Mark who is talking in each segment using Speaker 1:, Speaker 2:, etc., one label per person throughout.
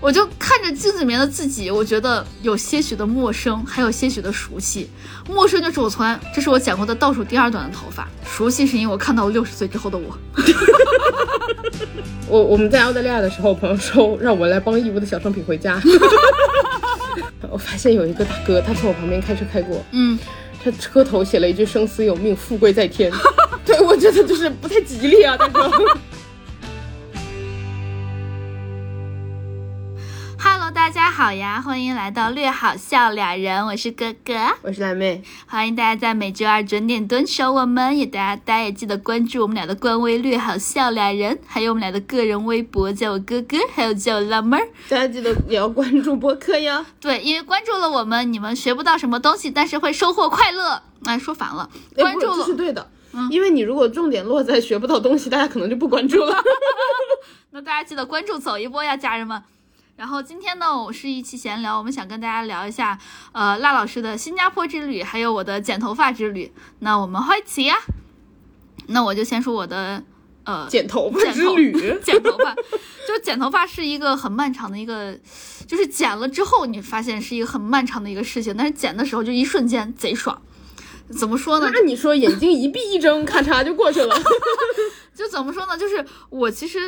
Speaker 1: 我就看着镜子里面的自己，我觉得有些许的陌生，还有些许的熟悉。陌生就是我从来，这是我剪过的倒数第二短的头发；熟悉是因为我看到了六十岁之后的我。
Speaker 2: 我我们在澳大利亚的时候，朋友说让我来帮义乌的小商品回家。 我发现有一个大哥，他从我旁边开车开过，
Speaker 1: 嗯，
Speaker 2: 他车头写了一句“生死有命，富贵在 天”对，我觉得就是不太吉利啊，大哥。
Speaker 1: Hello，大家好呀，欢迎来到略好笑俩人，我是哥哥，
Speaker 2: 我是蓝妹，
Speaker 1: 欢迎大家在每周二准点蹲守我们，也大家大家也记得关注我们俩的官微“略好笑俩人”，还有我们俩的个人微博，叫我哥哥，还有叫我辣妹儿。
Speaker 2: 大家记得也要关注播客呀。
Speaker 1: 对，因为关注了我们，你们学不到什么东西，但是会收获快乐。哎，说反了，
Speaker 2: 哎
Speaker 1: 关
Speaker 2: 不
Speaker 1: 注嗯
Speaker 2: 这是
Speaker 1: 了，
Speaker 2: 对的，因为你如果重点落在学不到东西，大家可能就不关注了。
Speaker 1: 那大家记得关注走一波呀，家人们。然后今天呢，我是一期闲聊，我们想跟大家聊一下，呃，辣老师的新加坡之旅，还有我的剪头发之旅。那我们开启呀。那我就先说我的，呃，
Speaker 2: 剪头发
Speaker 1: 剪
Speaker 2: 之
Speaker 1: 头，
Speaker 2: 旅
Speaker 1: 剪头发， 就是剪头发是一个很漫长的一个，就是剪了之后你发现是一个很漫长的一个事情，但是剪的时候就一瞬间贼爽。怎么说呢？
Speaker 2: 那你说眼睛一闭一睁，咔嚓就过去了。
Speaker 1: 就怎么说呢？就是我其实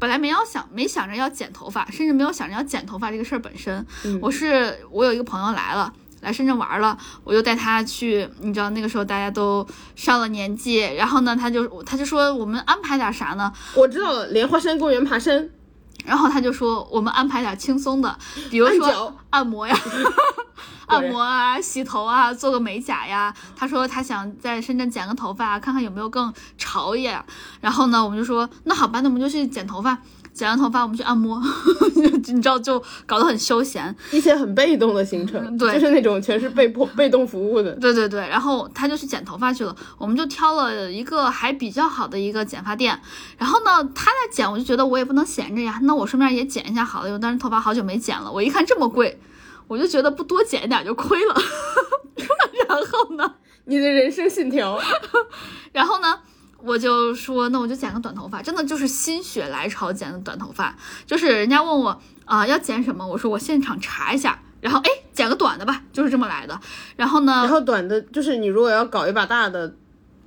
Speaker 1: 本来没要想，没想着要剪头发，甚至没有想着要剪头发这个事儿本身。
Speaker 2: 嗯
Speaker 1: 我是我有一个朋友来了。来深圳玩了，我就带他去。你知道那个时候大家都上了年纪，然后呢，他就他就说我们安排点啥呢？
Speaker 2: 我知道了，莲花山公园爬山，
Speaker 1: 然后他就说我们安排点轻松 的，比如
Speaker 2: 按脚
Speaker 1: 说按摩 呀，
Speaker 2: 果然
Speaker 1: 按摩啊，洗头啊，做个美甲呀。他说他想在深圳剪个头发，看看有没有更潮一点。然后呢，我们就说那好吧，那我们就去剪头发。剪完头发，我们去按摩， 你知道就搞得很休闲。
Speaker 2: 一些很被动的行程，
Speaker 1: 嗯对
Speaker 2: 就是那种全是被迫被动服务的。
Speaker 1: 对对对，然后他就去剪头发去了，我们就挑了一个还比较好的一个剪发店。然后呢，他在剪，我就觉得我也不能闲着呀，那我顺便也剪一下好了，因为当时头发好久没剪了。我一看这么贵，我就觉得不多剪一点就亏了。 然后呢，
Speaker 2: 你的人生信条，
Speaker 1: 嗯然后呢，我就说，那我就剪个短头发，真的就是心血来潮剪的短头发。就是人家问我啊、要剪什么，我说我现场查一下，然后哎剪个短的吧，就是这么来的。然后呢，
Speaker 2: 然后短的，就是你如果要搞一把大的，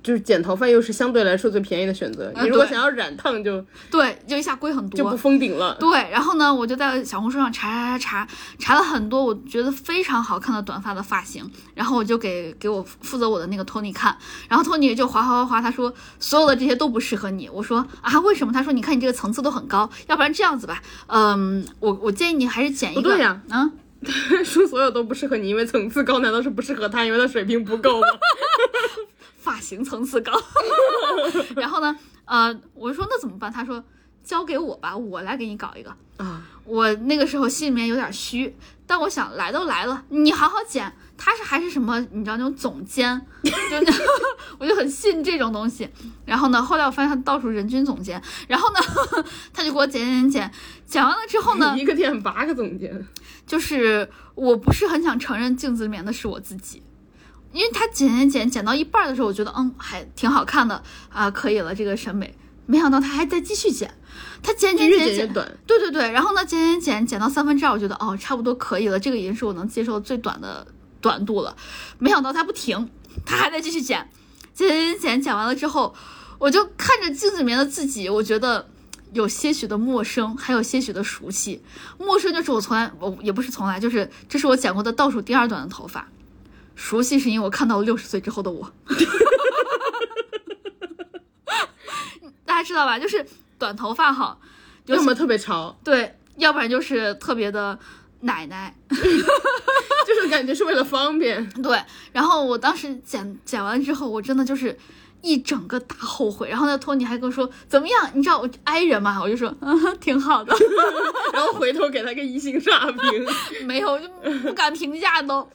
Speaker 2: 就是剪头发又是相对来说最便宜的选择。
Speaker 1: 嗯
Speaker 2: 你如果
Speaker 1: 对
Speaker 2: 想要染烫就，就
Speaker 1: 对，就一下贵很多，
Speaker 2: 不封顶 了。
Speaker 1: 对，然后呢，我就在小红书上查查查查，查了很多我觉得非常好看的短发的发型，然后我就给给我负责我的那个托尼看，然后托尼就划划划划，他说所有的这些都不适合你。我说啊，为什么？他说你看你这个层次都很高，要不然这样子吧，嗯，我我建议你还是剪一
Speaker 2: 不
Speaker 1: 个，
Speaker 2: 对呀
Speaker 1: 嗯。
Speaker 2: 说所有都不适合你，因为层次高，难道是不适合他，因为他水平不 够吗？
Speaker 1: 发型层次高。 然后呢，呃，我说那怎么办？他说交给我吧，我来给你搞一个。
Speaker 2: 啊，
Speaker 1: 我那个时候心里面有点虚，但我想来都来了，你好好剪。他是还是什么，你知道那种总监， 就那我就很信这种东西。然后呢，后来我发现他到处人均总监，然后呢， 他就给我剪剪剪，剪完了之后 呢，
Speaker 2: 一个店八个总监，
Speaker 1: 就是我不是很想承认镜子里面的是我自己，因为他剪剪剪剪到一半儿的时候，我觉得嗯还挺好看的啊，可以了这个审美。没想到他还在继续剪，他剪剪
Speaker 2: 越
Speaker 1: 剪
Speaker 2: 剪越
Speaker 1: 剪，
Speaker 2: 短。
Speaker 1: 对对对，然后呢剪剪剪剪到三分之二，我觉得哦差不多可以了，这个已经是我能接受最短的短度了。没想到他不停，他还在继续剪，剪剪剪剪完了之后，我就看着镜子里面的自己，我觉得有些许的陌生，还有些许的熟悉。陌生就是我从来，我也不是从来，就是这是我剪过的倒数第二短的头发。熟悉是因为我看到了六十岁之后的我。 大家知道吧？就是短头发好，
Speaker 2: 要么特别潮，
Speaker 1: 对，要不然就是特别的奶奶，
Speaker 2: 就是感觉是为了方便。
Speaker 1: 对，然后我当时剪剪完之后，我真的就是一整个大后悔。然后那托尼还跟我说怎么样？你知道我 i 人嘛？我就说 嗯，挺好的，
Speaker 2: 然后回头给他个一星 差评。
Speaker 1: 没有就不敢评价都。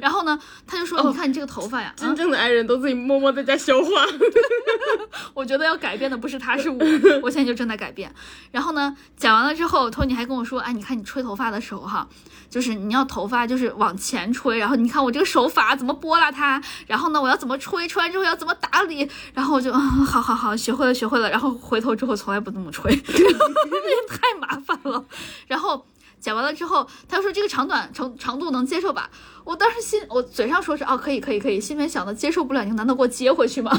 Speaker 1: 然后呢，他就说你看你这个头发呀，啊
Speaker 2: 真正的爱人都自己默默在家消化。
Speaker 1: 我觉得要改变的不是他，是 我。我现在就正在改变。然后呢，剪完了之后，托尼还跟我说：“哎，你看你吹头发的时候哈，就是你要头发就是往前吹，然后你看我这个手法怎么拨拉它，然后呢，我要怎么吹，吹完之后要怎么打理。”然后我就嗯，好好好，学会了，学 会了。然后回头之后从来不这么吹，因为太麻烦了。然后。剪完了之后，他又说这个长短长长度能接受吧？我当时心我嘴上说是哦可以可以可以，心里面想的接受不了，你难道给我接回去吗？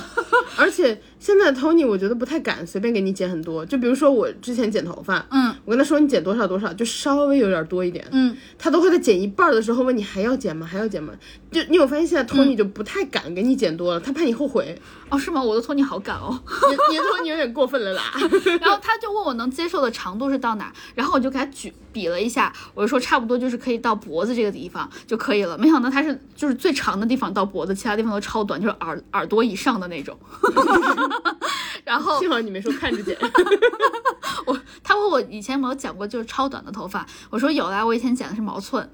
Speaker 2: 而且现在 Tony 我觉得不太敢随便给你剪很多，就比如说我之前剪头发，
Speaker 1: 嗯，
Speaker 2: 我跟他说你剪多少多少，就稍微有点多一点，
Speaker 1: 嗯，
Speaker 2: 他都会在剪一半儿的时候问你还要剪吗？还要剪吗？就你有发现现在 Tony 就不太敢给你剪 多了，他怕你后悔，
Speaker 1: 哦是吗？我的托尼好感哦。
Speaker 2: 你你 Tony 有点过分了啦。
Speaker 1: 然后他就问我能接受的长度是到哪儿，然后我就给他举比了一下，我就说差不多就是可以到脖子这个地方就可以了。没想到他是就是最长的地方到脖子，其他地方都超短，就是耳耳朵以上的那种。 然后
Speaker 2: 幸好你没说看着剪，
Speaker 1: 他问我以前有没有剪过就是超短的头发，我说有啦，我以前剪的是毛寸，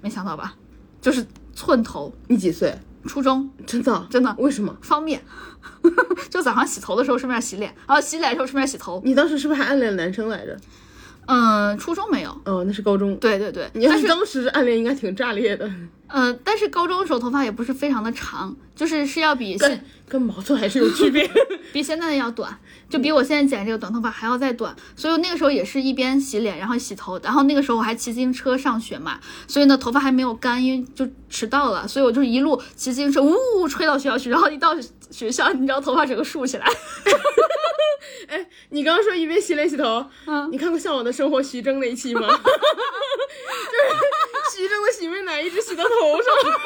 Speaker 1: 没想到吧，就是寸头，
Speaker 2: 你几岁？
Speaker 1: 初中
Speaker 2: 真的
Speaker 1: 真的
Speaker 2: 为什么？
Speaker 1: 方便， 就早上洗头的时候顺便洗脸，然后洗脸的时候顺便洗头。
Speaker 2: 你当时是不是还暗恋男生来着？
Speaker 1: 嗯，初中没有。
Speaker 2: 哦，那是高中。
Speaker 1: 对对对，
Speaker 2: 你要
Speaker 1: 但
Speaker 2: 是
Speaker 1: 是
Speaker 2: 当时暗恋，应该挺炸裂的，
Speaker 1: 呃，但是高中的时候头发也不是非常的长，就是是要比
Speaker 2: 跟
Speaker 1: 现
Speaker 2: 跟毛寸还是有区 别。
Speaker 1: 比现在的要短，就比我现在剪这个短头发还要再短。所以我那个时候也是一边洗脸，然后洗头，然后那个时候我还骑自行车上学嘛，所以呢头发还没有干，因为就迟到了，所以我就是一路骑自行车呜吹到学校去，然后一到学校，你知道头发整个竖起来，
Speaker 2: 你刚刚说一边洗脸洗头，
Speaker 1: 嗯
Speaker 2: 你看过《向往的生活》徐峥那一 期吗？就是徐峥的洗面奶一直洗到 头上，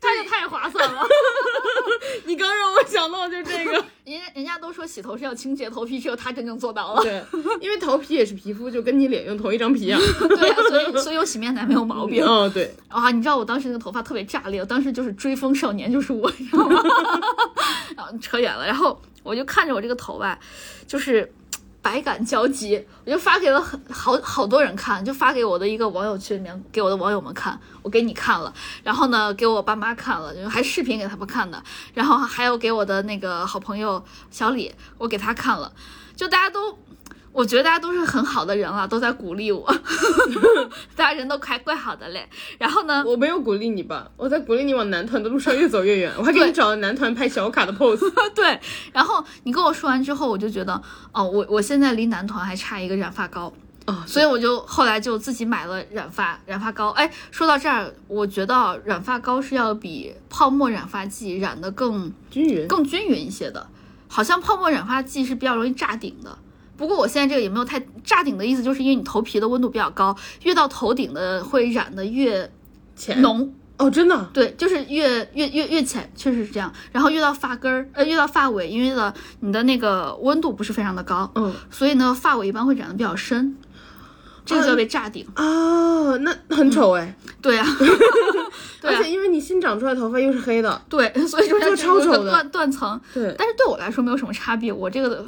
Speaker 1: 这个太划算了。
Speaker 2: 你刚让我想到就这个。
Speaker 1: 人家人家都说洗头是要清洁头皮，只有他真正做到了。
Speaker 2: 对，因为头皮也是皮肤，就跟你脸用同一张皮啊。
Speaker 1: 对啊，所以所以我洗面奶没有毛病。
Speaker 2: 哦，对，
Speaker 1: 啊，你知道我当时那个头发特别炸裂，我当时就是追风少年就是我，你知道吗？然后扯远了，然后我就看着我这个头发，就是百感交集，我就发给了很好好多人看，就发给我的一个网友群里面，给我的网友们看，我给你看了，然后呢给我爸妈看了，就还视频给他们看的，然后还有给我的那个好朋友小李，我给他看了，就大家都。我觉得大家都是很好的人了，都在鼓励我， 大家人都还怪好的嘞。然后呢，
Speaker 2: 我没有鼓励你吧，我在鼓励你往男团的路上越走越远，我还给
Speaker 1: 对
Speaker 2: 你找了男团拍小卡的 pose。
Speaker 1: 对，然后你跟我说完之后，我就觉得，哦，我我现在离男团还差一个染发膏，
Speaker 2: 啊、
Speaker 1: 所以我就后来就自己买了染发染发膏。哎，说到这儿，我觉得啊染发膏是要比泡沫染发剂染的更
Speaker 2: 均匀。
Speaker 1: 更均匀一些的，好像泡沫染发剂是比较容易炸顶的。不过我现在这个也没有太炸顶的意思，就是因为你头皮的温度比较高，越到头顶的会染的越
Speaker 2: 浅
Speaker 1: 浓，
Speaker 2: 哦，真的，
Speaker 1: 对，就是越越越越浅，确实是这样。然后越到发根儿，呃，越到发尾，因为呢，你的那个温度不是非常的高，
Speaker 2: 嗯
Speaker 1: 所以呢，发尾一般会长得比较深，这
Speaker 2: 啊
Speaker 1: 个叫被炸顶。
Speaker 2: 哦，那很丑哎、
Speaker 1: 对啊， 对
Speaker 2: 而
Speaker 1: 啊
Speaker 2: 且因为你新长出来头发又是黑的，
Speaker 1: 对，所以说它
Speaker 2: 就
Speaker 1: 只
Speaker 2: 超
Speaker 1: 有一个
Speaker 2: 丑的
Speaker 1: 断断层。
Speaker 2: 对，
Speaker 1: 但是对我来说没有什么差别，我这个的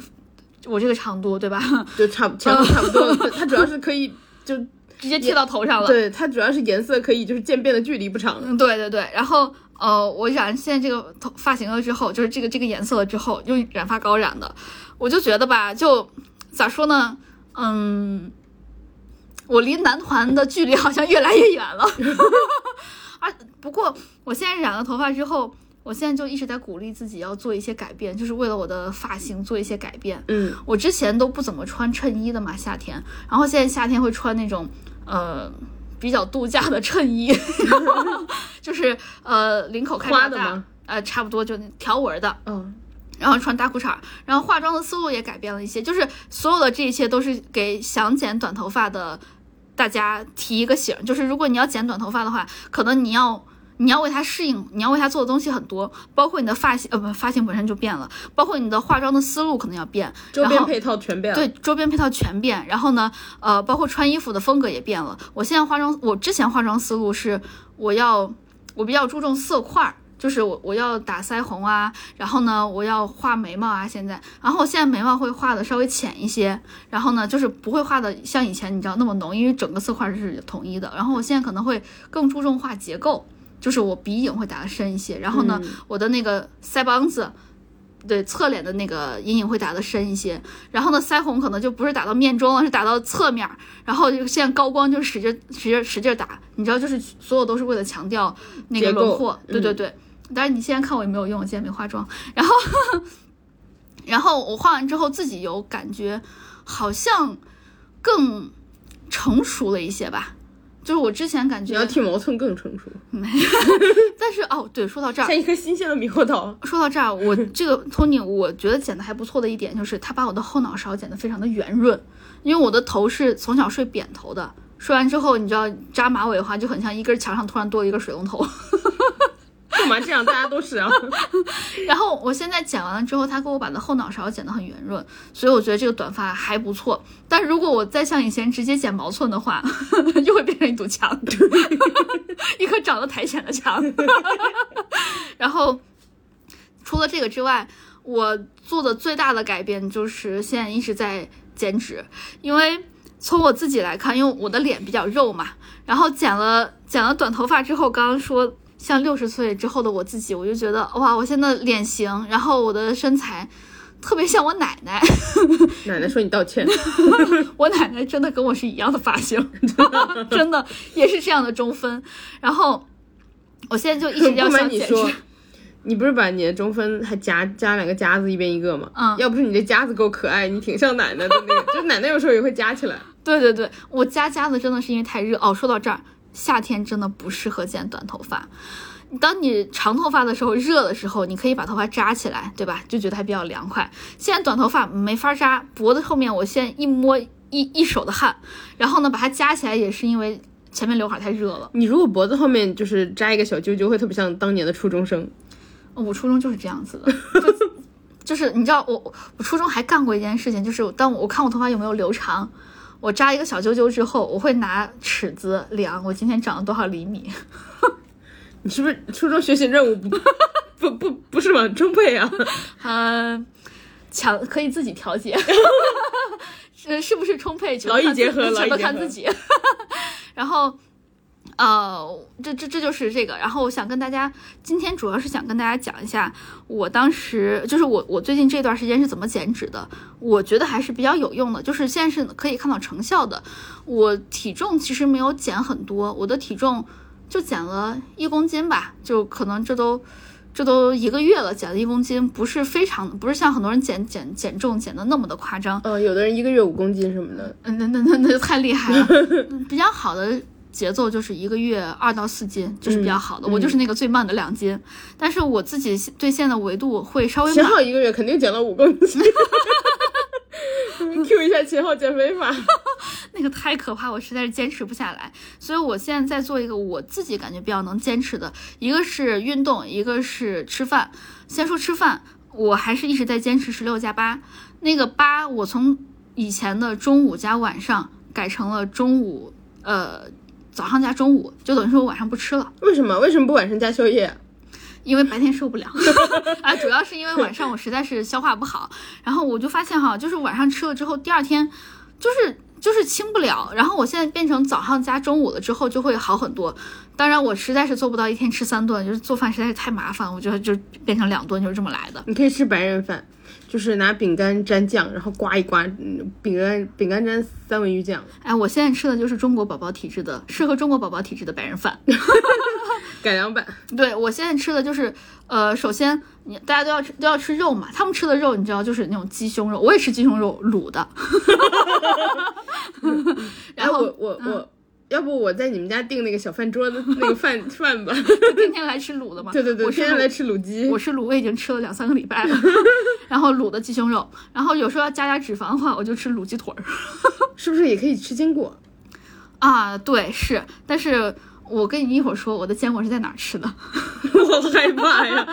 Speaker 1: 我这个长度，对吧？
Speaker 2: 就差不长得差不多。它它主要是可以就
Speaker 1: 直接贴到头上了。
Speaker 2: 对，它主要是颜色可以就是渐变的距离不长。
Speaker 1: 嗯，对对对，然后呃，我染现在这个头发型了之后，就是这个这个颜色了之后，用染发膏染的，我就觉得吧，就咋说呢，嗯，我离男团的距离好像越来越远了。 啊，不过我现在染了头发之后，我现在就一直在鼓励自己要做一些改变，就是为了我的发型做一些改变。
Speaker 2: 嗯，
Speaker 1: 我之前都不怎么穿衬衣的嘛，夏天，然后现在夏天会穿那种呃比较度假的衬衣， 就是呃领口开比
Speaker 2: 花
Speaker 1: 较
Speaker 2: 的
Speaker 1: 大
Speaker 2: 吗，
Speaker 1: 呃差不多就那条纹的，
Speaker 2: 哦，
Speaker 1: 然后穿大裤衩儿，然后化妆的思路也改变了一些，就是所有的这一切都是给想剪短头发的大家提一个醒儿，就是如果你要剪短头发的话，可能你要。你要为它适应，你要为它做的东西很多，包括你的发型，呃，不，发型本身就变了，包括你的化妆的思路可能要变，
Speaker 2: 周
Speaker 1: 然
Speaker 2: 边
Speaker 1: 后
Speaker 2: 配套全变了。
Speaker 1: 对，周边配套全变。然后呢，呃，包括穿衣服的风格也变了。我现在化妆，我之前化妆思路是我要我比较注重色块儿。就是我我要打腮红啊，然后呢，我要画眉毛啊。现在，然后我现在眉毛会画的稍微浅一些，然后呢，就是不会画的像以前你知道那么浓，因为整个色块是统一的。然后我现在可能会更注重画结构，就是我鼻影会打得深一些，然后呢，
Speaker 2: 嗯
Speaker 1: 我的那个腮帮子，对侧脸的那个阴影会打得深一些，然后呢，腮红可能就不是打到面中了，是打到侧面儿，然后就现在高光就使劲使劲使劲打，你知道，就是所有都是为了强调那个
Speaker 2: 结构
Speaker 1: 轮廓，对对
Speaker 2: 嗯
Speaker 1: 对。当然你现在看我也没有用，我现在没化妆，然后 然后我画完之后自己有感觉，好像更。成熟了一些吧。就是我之前感
Speaker 2: 你
Speaker 1: 觉
Speaker 2: 要，替毛寸更成熟，
Speaker 1: 但是哦，对，说到这儿
Speaker 2: 像，一颗新鲜的猕猴桃。
Speaker 1: 说到这儿，我这个 Tony，我觉得剪的还不错的一点就是，他把我的后脑勺剪得非常的圆润，因为我的头是从小睡扁头的，睡完之后，你知道扎马尾的话，就很像一根墙上突然多了一个水龙头。
Speaker 2: 干嘛这样？大家都是啊。
Speaker 1: 然后我现在剪完了之后，他给我把的后脑勺剪得很圆润，所以我觉得这个短发还不错。但如果我再像以前直接剪毛寸的话， 又会变成一堵墙， 一颗长得苔藓的墙。 然后除了这个之外，我做的最大的改变就是现在一直在减脂，因为从我自己来看，因为我的脸比较肉嘛，然后剪了剪了短头发之后，刚刚说像六十岁之后的我自己，我就觉得哇，我现在脸型，然后我的身材。特别像我奶奶，
Speaker 2: 奶奶说你道歉，
Speaker 1: 我奶奶真的跟我是一样的发型， 真的也是这样的中分。然后我现在就一直要
Speaker 2: 不瞒
Speaker 1: 想
Speaker 2: 你
Speaker 1: 减
Speaker 2: 说
Speaker 1: 脂，，
Speaker 2: 你不是把你的中分还夹夹两个夹子，一边一个吗？
Speaker 1: 嗯
Speaker 2: 要不是你这夹子够可爱，你挺像奶奶的那 个，就奶奶有时候也会夹起来。
Speaker 1: 对对对，我夹夹子真的是因为太热哦。说到这儿，夏天真的不适合剪短头发。当你长头发的时候，热的时候，你可以把头发扎起来，对吧？就觉得还比较凉快。现在短头发没法扎，脖子后面我现在一摸一一手的汗，然后呢把它夹起来也是因为前面刘海太热了。
Speaker 2: 你如果脖子后面就是扎一个小揪揪，会特别像当年的初中生。
Speaker 1: 哦我初中就是这样子的， 就就是你知道我我初中还干过一件事情，就是当我我看我头发有没有留长，我扎一个小揪揪之后，我会拿尺子量我今天长了多少厘米。
Speaker 2: 你是不是初中学习任务不 不不不是往中配啊？
Speaker 1: 嗯，强可以自己调 节，是是不是充沛？全都
Speaker 2: 劳逸
Speaker 1: 看自
Speaker 2: 结合劳
Speaker 1: 全
Speaker 2: 逸
Speaker 1: 都
Speaker 2: 结
Speaker 1: 看
Speaker 2: 合
Speaker 1: 自己。 然后，呃，这这这就是这个。然后我想跟大家，今天主要是想跟大家讲一下，我当时就是我我最近这段时间是怎么减脂的。我觉得还是比较有用的，就是现在是可以看到成效的。我体重其实没有减很多，我的体重就减了一公斤吧，就可能这都这都一个月了，减了一公斤，不是非常，不是像很多人减减减重减的那么的夸张。
Speaker 2: 嗯、有的人一个月五公斤什么的，
Speaker 1: 嗯，那那那那就太厉害了。 嗯比较好的节奏就是一个月二到四斤，这是比较好的。
Speaker 2: 嗯
Speaker 1: 我就是那个最慢的两斤，但是我自己对线的维度会稍微
Speaker 2: 秦
Speaker 1: 慢。
Speaker 2: 昊一个月肯定减了五公斤。Q 一下秦昊减肥法，
Speaker 1: 那个太可怕，我实在是坚持不下来。所以我现在在做一个我自己感觉比较能坚持的，一个是运动，一个是吃饭。先说吃饭，我还是一直在坚持十六加八。那个八，我从以前的中午加晚上改成了中午，呃，早上加中午，就等于说我晚上不吃了。
Speaker 2: 为什么？为什么不晚上加宵夜？
Speaker 1: 因为白天受不了 啊，主要是因为晚上我实在是消化不好，然后我就发现哈，就是晚上吃了之后，第二天就是就是清不了，然后我现在变成早上加中午了之后就会好很多。当然，我实在是做不到一天吃三顿，就是做饭实在是太麻烦，我觉得就变成两顿就是这么来的。
Speaker 2: 你可以吃白人饭，就是拿饼干沾酱，然后刮一刮，嗯，饼干饼干沾三文鱼酱，
Speaker 1: 哎，我现在吃的就是中国宝宝体质的，适合中国宝宝体质的白人饭。
Speaker 2: 改良版。
Speaker 1: 对我现在吃的就是，呃，首先你大家都要吃都要吃肉嘛，他们吃的肉你知道就是那种鸡胸肉，我也吃鸡胸肉卤的， 然后嗯
Speaker 2: 哎我我我，要不我在你们家订那个小饭桌的那个饭饭吧？
Speaker 1: 天天来吃卤的嘛。
Speaker 2: 对对对，
Speaker 1: 我是
Speaker 2: 天天来
Speaker 1: 卤，
Speaker 2: 吃卤鸡
Speaker 1: 我。是卤，我已经吃了两三个礼拜了。 然后卤的鸡胸肉，然后有时候要加点脂肪的话，我就吃卤鸡腿儿。
Speaker 2: 是不是也可以吃坚果？
Speaker 1: 啊，对，是，但是我跟你一会儿说我的坚果是在哪儿吃的。
Speaker 2: 我好害 怕呀！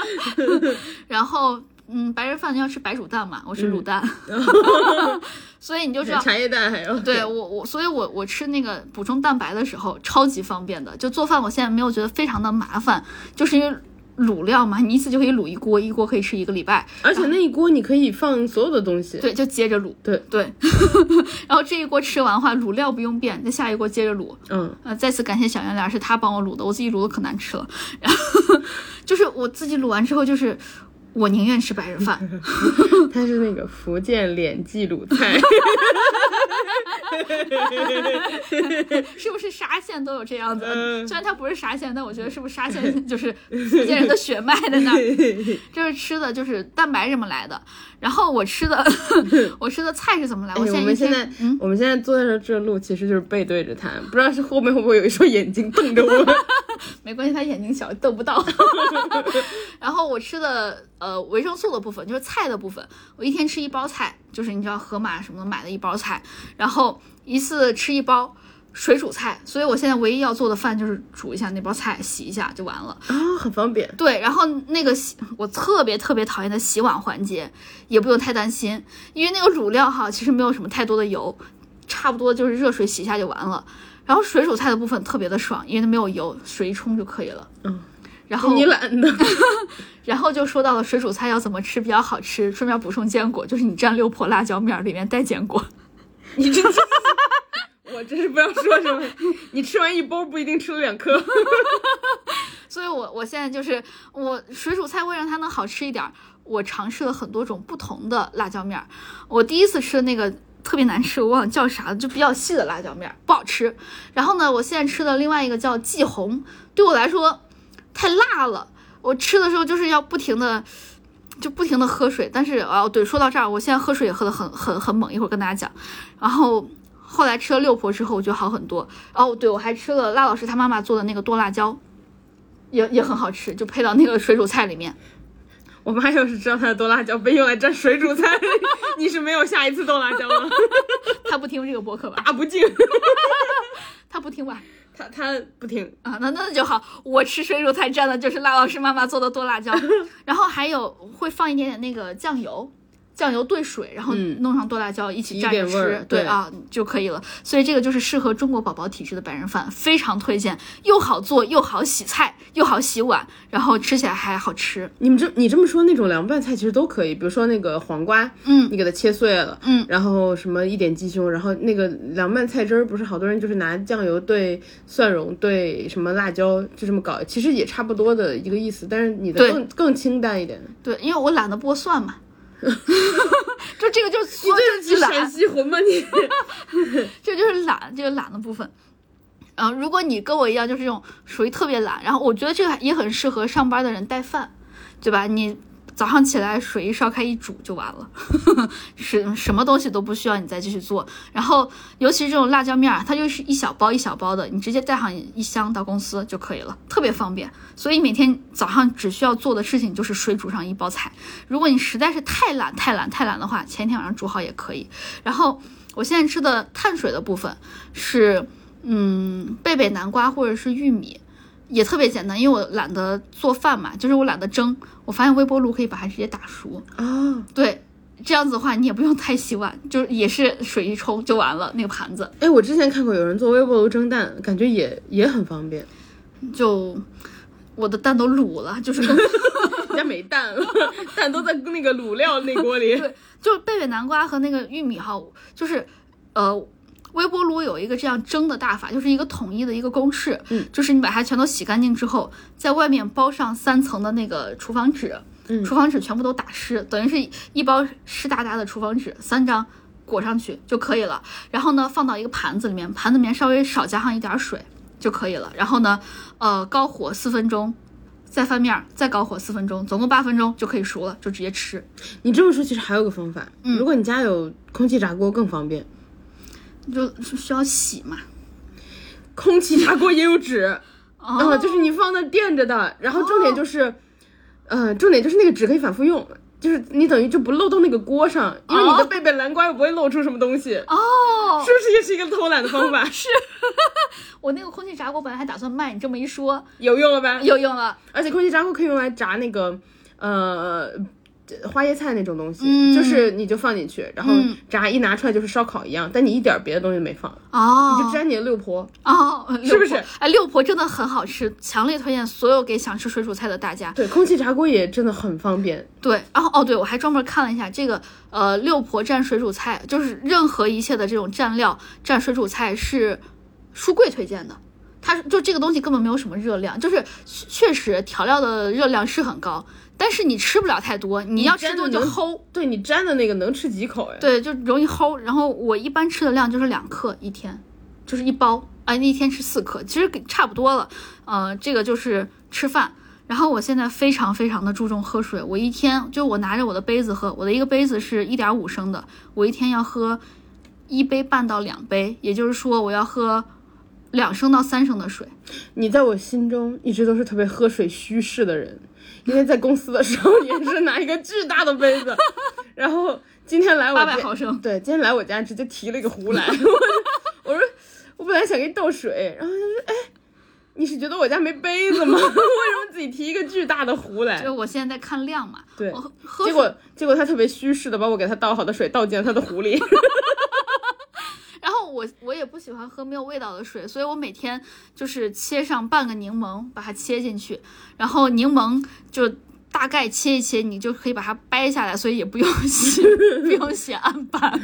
Speaker 1: 然后，嗯，白人饭要吃白煮蛋嘛，我吃
Speaker 2: 嗯
Speaker 1: 卤蛋， 所以你就知道。
Speaker 2: 茶叶蛋还有
Speaker 1: 对我我，所以我我吃那个补充蛋白的时候超级方便的，就做饭我现在没有觉得非常的麻烦，就是因为卤料嘛，你一次就可以卤一锅，一锅可以吃一个礼拜，
Speaker 2: 而且那一锅你可以放所有的东西。
Speaker 1: 对，就接着卤，
Speaker 2: 对
Speaker 1: 对， 然后这一锅吃完的话，卤料不用变，那下一锅接着卤。
Speaker 2: 嗯，
Speaker 1: 呃，再次感谢小圆脸，是他帮我卤的，我自己卤的可难吃了。然后就是我自己卤完之后，就是我宁愿吃白人饭。
Speaker 2: 它是那个福建脸记鲁 菜，
Speaker 1: 是不是沙县都有这样子？
Speaker 2: 嗯
Speaker 1: 虽然它不是沙县，但我觉得是不是沙 县就是福建人的血脉在那儿？
Speaker 2: 哎
Speaker 1: 这是吃的就是蛋白怎么来的，然后我吃 的我吃的菜是怎么来？
Speaker 2: 哎
Speaker 1: 我
Speaker 2: 我
Speaker 1: 现在一
Speaker 2: 们现
Speaker 1: 天嗯
Speaker 2: 在、我们现在坐在这儿这路其实就是背对着它，不知道是后面会不会有一双眼睛 瞪着我们。
Speaker 1: 没关系，他眼睛小，瞪不到。 然后我吃的呃维生素的部分，就是菜的部分，我一天吃一包菜，就是你知道盒马什么的买的一包菜，然后一次吃一包。水煮菜，所以我现在唯一要做的饭就是煮一下那包菜，洗一下就完了。
Speaker 2: 啊、很方便。
Speaker 1: 对，然后那个洗，我特别特别讨厌的洗碗环节，也不用太担心，因为那个乳料哈，其实没有什么太多的油，差不多就是热水洗一下就完了。然后水煮菜的部分特别的爽，因为它没有油，水一冲就可以了。
Speaker 2: 嗯，
Speaker 1: 然后
Speaker 2: 你懒 的，
Speaker 1: 哦然后就说到了水煮菜要怎么吃比较好吃，顺便补充坚果，就是你蘸六婆辣椒面儿，里面带坚果。
Speaker 2: 你真是，我真是不知道说什么。你吃完一包不一定吃了两颗。
Speaker 1: 所以我我现在就是我水煮菜为了让它能好吃一点儿，我尝试了很多种不同的辣椒面儿。我第一次吃的那个特别难吃，我忘了叫啥了，就比较细的辣椒面儿不好吃。然后呢，我现在吃的另外一个叫霁红，对我来说太辣了，我吃的时候就是要不停的。就不停的喝水，但是啊，对，说到这儿，我现在喝水也喝的很很很猛，一会儿跟大家讲。然后后来吃了六婆之后，我觉得好很多。哦，对，我还吃了辣老师他妈妈做的那个剁辣椒，也也很好吃，就配到那个水煮菜里面。
Speaker 2: 我妈要是知道她的剁辣椒被用来蘸水煮菜， 你是没有下一次剁辣椒了，
Speaker 1: 他不听这个播客吧？
Speaker 2: 大不敬。
Speaker 1: 他不听吧？
Speaker 2: 她她不听，
Speaker 1: 啊，那那就好。我吃水煮菜蘸的就是辣老师妈妈做的剁 辣椒，然后还有会放一点点那个酱油。酱油兑水，然后
Speaker 2: 嗯
Speaker 1: 弄上剁辣椒一起
Speaker 2: 提一
Speaker 1: 蘸着
Speaker 2: 点味
Speaker 1: 吃，
Speaker 2: 儿
Speaker 1: 对
Speaker 2: 对
Speaker 1: 啊就可以了。所以这个就是适合中国宝宝体质的白人饭，非常推荐，又好做又好洗菜，又好洗碗，然后吃起来还好吃。
Speaker 2: 你们这你这么说，那种凉拌菜其实都可以，比如说那个黄瓜，
Speaker 1: 嗯
Speaker 2: 你给它切碎了，
Speaker 1: 嗯，
Speaker 2: 然后什么一点鸡胸，然后那个凉拌菜汁儿，不是好多人就是拿酱油兑蒜蓉兑什么辣椒就这么搞，其实也差不多的一个意思，但是你的
Speaker 1: 对
Speaker 2: 更更清淡一点。
Speaker 1: 对，因为我懒得剥蒜嘛， 就这个就是说
Speaker 2: 对
Speaker 1: 就是懒，
Speaker 2: 西魂吧你？
Speaker 1: 这就是懒，这个懒的部分。嗯，如果你跟我一样，就是这种属于特别懒，然后我觉得这个也很适合上班的人带饭，对吧？你早上起来水一烧开一煮就完了， 什什么东西都不需要你再继续做。然后尤其是这种辣椒面儿，它就是一小包一小包的，你直接带上一箱到公司就可以了，特别方便。所以每天早上只需要做的事情就是水煮上一包菜。如果你实在是太懒太懒太懒的话，前一天晚上煮好也可以。然后我现在吃的碳水的部分是，嗯，贝贝南瓜或者是玉米，也特别简单，因为我懒得做饭嘛，就是我懒得蒸。我发现微波炉可以把它直接打熟，
Speaker 2: 啊，
Speaker 1: 对，这样子的话你也不用太洗碗，就是也是水一冲就完了那个盘子。
Speaker 2: 哎，我之前看过有人做微波炉蒸蛋，感觉也也很方便。
Speaker 1: 就我的蛋都卤了，就是
Speaker 2: 人家没蛋了，蛋都在那个卤料那锅里。
Speaker 1: 对，就是贝贝南瓜和那个玉米哈，就是呃，微波炉有一个这样蒸的大法，就是一个统一的一个公式，
Speaker 2: 嗯，
Speaker 1: 就是你把它全都洗干净之后，在外面包上三层的那个厨房纸，
Speaker 2: 嗯
Speaker 1: 厨房纸全部都打湿，等于是一包湿哒哒的厨房纸，三张。裹上去就可以了，然后呢，放到一个盘子里面，盘子里面稍微少加上一点儿水就可以了。然后呢，呃，高火四分钟，再翻面儿，再高火四分钟，总共八分钟就可以熟了，就直接吃。
Speaker 2: 你这么说，其实还有个方法，
Speaker 1: 嗯
Speaker 2: 如果你家有空气炸锅更方便。
Speaker 1: 就是需要洗嘛。
Speaker 2: 空气炸锅也有纸，
Speaker 1: 哦
Speaker 2: 啊，就是你放那垫着的。然后重点就是，呃，重点就是那个纸可以反复用，就是你等于就不漏到那个锅上，因为你的
Speaker 1: 哦
Speaker 2: 贝贝南瓜又不会漏出什么东西，
Speaker 1: 哦，
Speaker 2: 是不是也是一个偷懒的方 法？是
Speaker 1: 我那个空气炸锅本来还打算卖，你这么一说
Speaker 2: 有用了吧？
Speaker 1: 有用了。
Speaker 2: 而且空气炸锅可以用来炸那个，呃。花椰菜那种东西，
Speaker 1: 嗯
Speaker 2: 就是你就放进去，然后
Speaker 1: 嗯
Speaker 2: 炸，一拿出来就是烧烤一样，但你一点儿别的东西没放，
Speaker 1: 哦，
Speaker 2: 你就沾你的六婆。
Speaker 1: 哦，六婆
Speaker 2: 是不是？
Speaker 1: 哎，六婆真的很好吃，强烈推荐所有给想吃水煮菜的大家。
Speaker 2: 对，空气炸锅也真的很方便，
Speaker 1: 对，然后哦，对，我还专门看了一下这个，呃，六婆蘸水煮菜，就是任何一切的这种蘸料蘸水煮菜是书柜推荐的。它就这个东西根本没有什么热量，就是确确实调料的热量是很高，但是你吃不了太多，你要吃
Speaker 2: 真的
Speaker 1: 多就
Speaker 2: 能
Speaker 1: 齁。
Speaker 2: 对你沾的那个能吃几口哎呀？
Speaker 1: 对，就容易齁。然后我一般吃的量就是两克一天，就是一包，哎，一天吃四克，其实给差不多了。呃，这个就是吃饭。然后我现在非常非常的注重喝水，我一天就我拿着我的杯子喝，我的一个杯子是一点五升的，我一天要喝一杯半到两杯，也就是说我要喝两升到三升的水。
Speaker 2: 你在我心中一直都是特别喝水虚势的人，因为在公司的时候也是拿一个巨大的杯子， 然后今天来我
Speaker 1: 800
Speaker 2: 家
Speaker 1: 毫升
Speaker 2: 对，今天来我家直接提了一个 壶来，我说我说我本来想给你倒水，然后他说哎，你是觉得我家没杯子吗？为什 么自己提一个巨大的壶来
Speaker 1: 就？我现在在看量嘛，
Speaker 2: 哎对
Speaker 1: 我喝喝
Speaker 2: 结
Speaker 1: 水
Speaker 2: 果结果他特别虚势的把我给他倒好的水倒进了他的壶里，
Speaker 1: 然后我我也不喜欢喝没有味道的水，所以我每天就是切上半个柠檬，把它切进去，然后柠檬就大概切一切，你就可以把它掰下来，所以也不用洗，不用洗案板，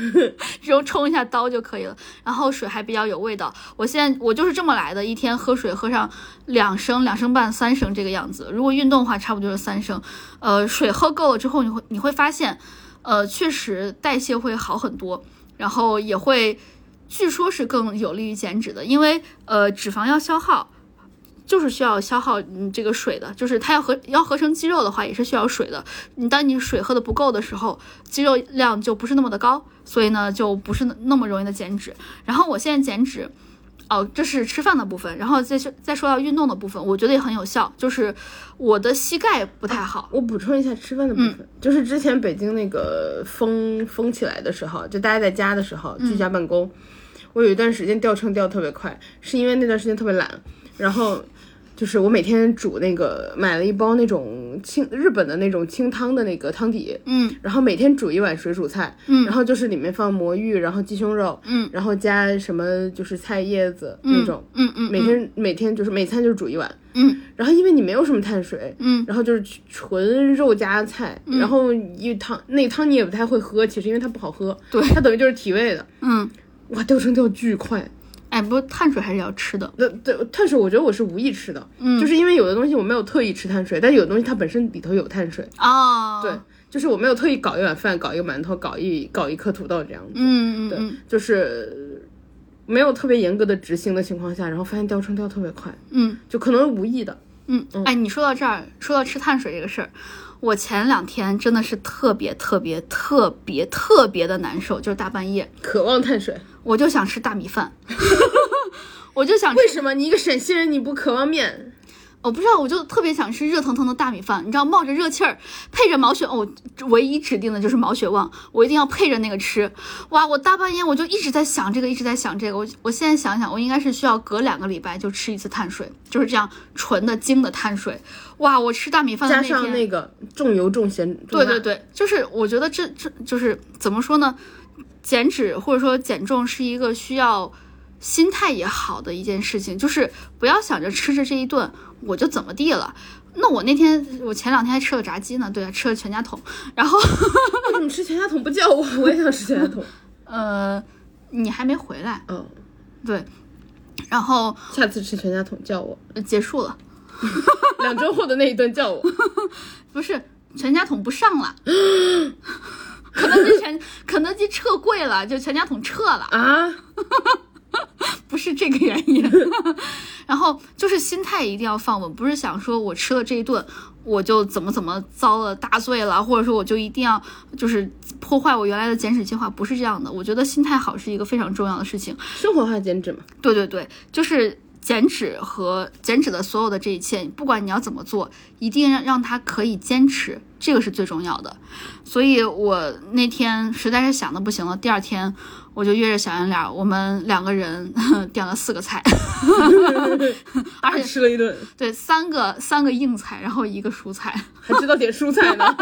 Speaker 1: 只用冲一下刀就可以了。然后水还比较有味道。我现在我就是这么来的，一天喝水喝上两升、两升半、三升这个样子。如果运动的话，差不多就是三升。呃，水喝够了之后，你会你会发现，呃，确实代谢会好很多，然后也会。据说是更有利于减脂的，因为呃脂肪要消耗，就是需要消耗嗯这个水的，就是它要合要合成肌肉的话也是需要水的。你当你水喝的不够的时候，肌肉量就不是那么的高，所以呢就不是那么容易的减脂。然后我现在减脂。哦，这是吃饭的部分，然后再说再说到运动的部分，我觉得也很有效。就是我的膝盖不太好，
Speaker 2: 我补充一下吃饭的部
Speaker 1: 嗯
Speaker 2: 分，就是之前北京那个封封起来的时候，就大家在家的时候居
Speaker 1: 嗯
Speaker 2: 家办公，我有一段时间掉秤掉特别快，是因为那段时间特别懒，然后就是我每天煮那个买了一包那种清日本的那种清汤的那个汤底，
Speaker 1: 嗯，
Speaker 2: 然后每天煮一碗水煮菜，嗯，然后就是里面放魔芋，然后鸡胸肉，嗯，然后加什么就是菜叶子那种，
Speaker 1: 嗯嗯，
Speaker 2: 每天每天就是每餐就是煮一碗，
Speaker 1: 嗯，
Speaker 2: 然后因为你没有什么碳水，
Speaker 1: 嗯，
Speaker 2: 然后就是纯肉加菜，然后一汤那汤你也不太会喝，其实因为它不好喝，
Speaker 1: 对
Speaker 2: 它等于就是提味的，
Speaker 1: 嗯，
Speaker 2: 哇，掉秤掉巨快，
Speaker 1: 哎，不过碳水还是要吃的，
Speaker 2: 那对碳水我觉得我是无意吃的，嗯，就是因为有的东西我没有特意吃碳水，但有的东西它本身里头有碳水，
Speaker 1: 哦，
Speaker 2: 对，就是我没有特意搞一碗饭，搞一个馒头，搞一搞一颗土豆这样子，
Speaker 1: 嗯，嗯嗯
Speaker 2: 对
Speaker 1: 嗯，
Speaker 2: 就是没有特别严格的执行的情况下，然后发现掉秤掉特别快，
Speaker 1: 嗯。
Speaker 2: 就可能是无意的。
Speaker 1: 嗯，哎，你说到这儿，说到吃碳水这个事儿，我前两天真的是特别特别特别特别的难受，就是大半夜
Speaker 2: 渴望碳水，
Speaker 1: 我就想吃大米饭， 我就想吃
Speaker 2: 为什么你一个陕西人你不渴望面？
Speaker 1: 我哦不知道，我就特别想吃热腾腾的大米饭，你知道，冒着热气儿，配着毛血，哦，我唯一指定的就是毛血旺，我一定要配着那个吃。哇，我大半夜我就一直在想这个，一直在想这个。我我现在想想，我应该是需要隔两个礼拜就吃一次碳水，就是这样纯的精的碳水。哇，我吃大米饭的
Speaker 2: 加
Speaker 1: 那天，
Speaker 2: 上啊那个重油重咸重
Speaker 1: 对
Speaker 2: 辣，
Speaker 1: 对对，就是我觉得这这就是怎么说呢？减脂或者说减重是一个需要心态也好的一件事情，就是不要想着吃着这一顿我就怎么地了。那我那天我前两天还吃了炸鸡呢，对啊，吃了全家桶，然后
Speaker 2: 为什么哦吃全家桶不叫我？ 我也想吃全家桶。
Speaker 1: 呃，你还没回来，
Speaker 2: 嗯，
Speaker 1: 对，然后
Speaker 2: 下次吃全家桶叫我，
Speaker 1: 呃结束了，
Speaker 2: 两周后的那一顿叫 我。
Speaker 1: 不是全家桶不上了， 肯德基全肯德基撤柜了，就全家桶撤了。
Speaker 2: 啊，
Speaker 1: 不是这个原因。 然后就是心态一定要放稳，不是想说我吃了这一顿我就怎么怎么遭了大罪了，或者说我就一定要就是破坏我原来的减脂计划，不是这样的。我觉得心态好是一个非常重要的事情。
Speaker 2: 生活化减脂嘛，
Speaker 1: 对对对，就是减脂和减脂的所有的这一切，不管你要怎么做，一定让让它可以坚持，这个是最重要的。所以我那天实在是想的不行了，第二天我就约着小圆脸儿，我们两个人 点了四个菜，而
Speaker 2: 还
Speaker 1: 且
Speaker 2: 吃了一顿，
Speaker 1: 对三个三个硬菜，然后一个蔬菜，
Speaker 2: 还知道点蔬菜 呢。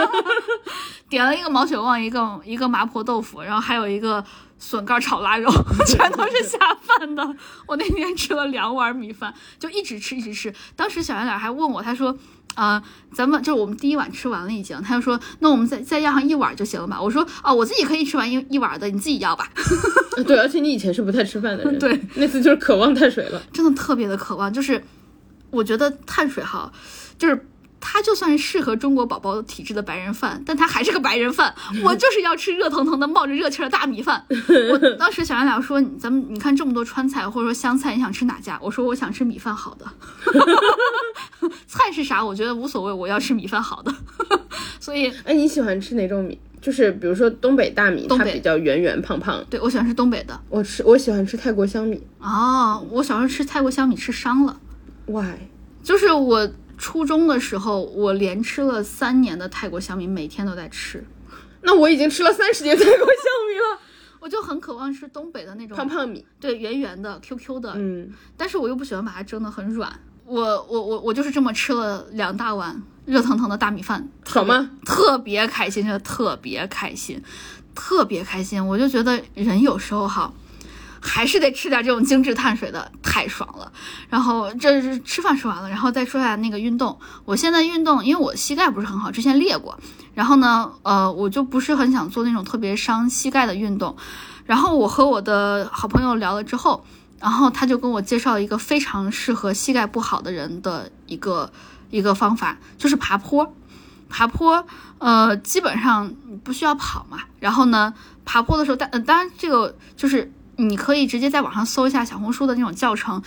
Speaker 1: 点了一个毛血旺，一个一个麻婆豆腐，然后还有一个。笋干炒腊肉 全都是下饭的。我那天吃了两碗米饭，就一直吃一直吃。当时小圆脸还问我，他说：“呃，咱们就是我们第一碗吃完了已经，他就说那我们再再要上一碗就行了吧？我说哦，我自己可以吃完一一碗的，你自己要吧。
Speaker 2: 对，而且你以前是不太吃饭的人，
Speaker 1: 对，
Speaker 2: 那次就是渴望碳水了。
Speaker 1: 真的特别的渴望，就是我觉得碳水哈，就是它就算是适合中国宝宝体质的白人饭，但它还是个白人饭。我就是要吃热腾腾的冒着热气儿的大米饭。我当时小杨俩说，你咱们你看这么多川菜或者说湘菜，你想吃哪家？我说我想吃米饭好的。菜是啥？我觉得无所谓，我要吃米饭好的。 所以
Speaker 2: 哎，你喜欢吃哪种米？就是比如说东北大米，
Speaker 1: 东
Speaker 2: 它
Speaker 1: 北
Speaker 2: 比较圆圆胖胖。
Speaker 1: 对我喜欢吃东北的
Speaker 2: 我吃我喜欢吃泰国香米
Speaker 1: 哦，我小时候吃泰国香米吃伤了。
Speaker 2: ，why？
Speaker 1: 就是我初中的时候，我连吃了三年的泰国香米，每天都在吃，
Speaker 2: 那我已经吃了三十年泰国香米 了，
Speaker 1: 我就很渴望吃东北的那种
Speaker 2: 胖胖米。
Speaker 1: 对圆圆的 QQ 的，
Speaker 2: 嗯，
Speaker 1: 但是我又不喜欢把它蒸的很软。我我我我就是这么吃了两大碗热腾腾的大米饭，
Speaker 2: 好吗？
Speaker 1: 特别开心，真的特别开心，特别开心。我就觉得人有时候哈，还是得吃点这种精致碳水的，太爽了。然后这是吃饭说完了，然后再说下那个运动。我现在运动，因为我膝盖不是很好，之前裂过。然后呢，呃，我就不是很想做那种特别伤膝盖的运动。然后我和我的好朋友聊了之后，然后他就跟我介绍了一个非常适合膝盖不好的人的一个一个方法，就是爬坡。爬坡，呃，基本上不需要跑嘛。然后呢，爬坡的时候，但、呃、当然这个就是你可以直接在网上搜一下小红书的那种教程，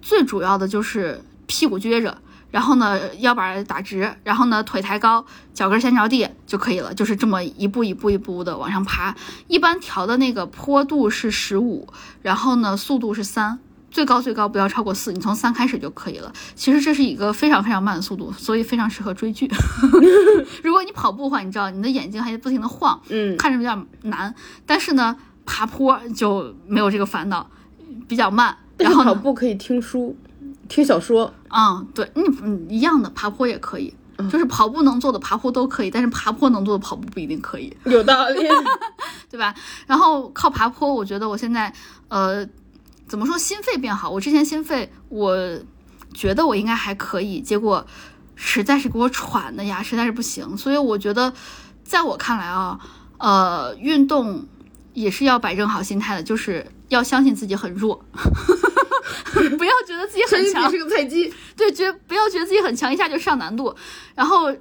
Speaker 1: 最主要的就是屁股撅着。然后呢，腰板打直，然后呢，腿抬高，脚跟先着地就可以了，就是这么一步一步一步的往上爬。一般调的那个坡度是十五，然后呢，速度是三，最高最高不要超过四，你从三开始就可以了。其实这是一个非常非常慢的速度，所以非常适合追剧。如果你跑步的话，你知道你的眼睛还不停的晃，
Speaker 2: 嗯，
Speaker 1: 看着比较难，但是呢，爬坡就没有这个烦恼，比较慢。
Speaker 2: 但
Speaker 1: 然
Speaker 2: 是
Speaker 1: 后
Speaker 2: 跑
Speaker 1: 呢，
Speaker 2: 步可以听书、听小说。
Speaker 1: 嗯，对，你嗯一样的爬坡也可以，
Speaker 2: 嗯
Speaker 1: 就是跑步能做的爬坡都可以，但是爬坡能做的跑步不一定可以。
Speaker 2: 有道理，
Speaker 1: 对吧？然后靠爬坡，我觉得我现在呃，怎么说心肺变好？我之前心肺，我觉得我应该还可以，结果实在是给我喘的呀，实在是不行。所以我觉得，在我看来啊，呃，运动也是要摆正好心态的，就是要相信自己很弱。 不要觉得自己
Speaker 2: 相
Speaker 1: 很
Speaker 2: 信
Speaker 1: 强
Speaker 2: 你，是个菜鸡。
Speaker 1: 对，觉不要觉得自己很强，一下就上难度，然后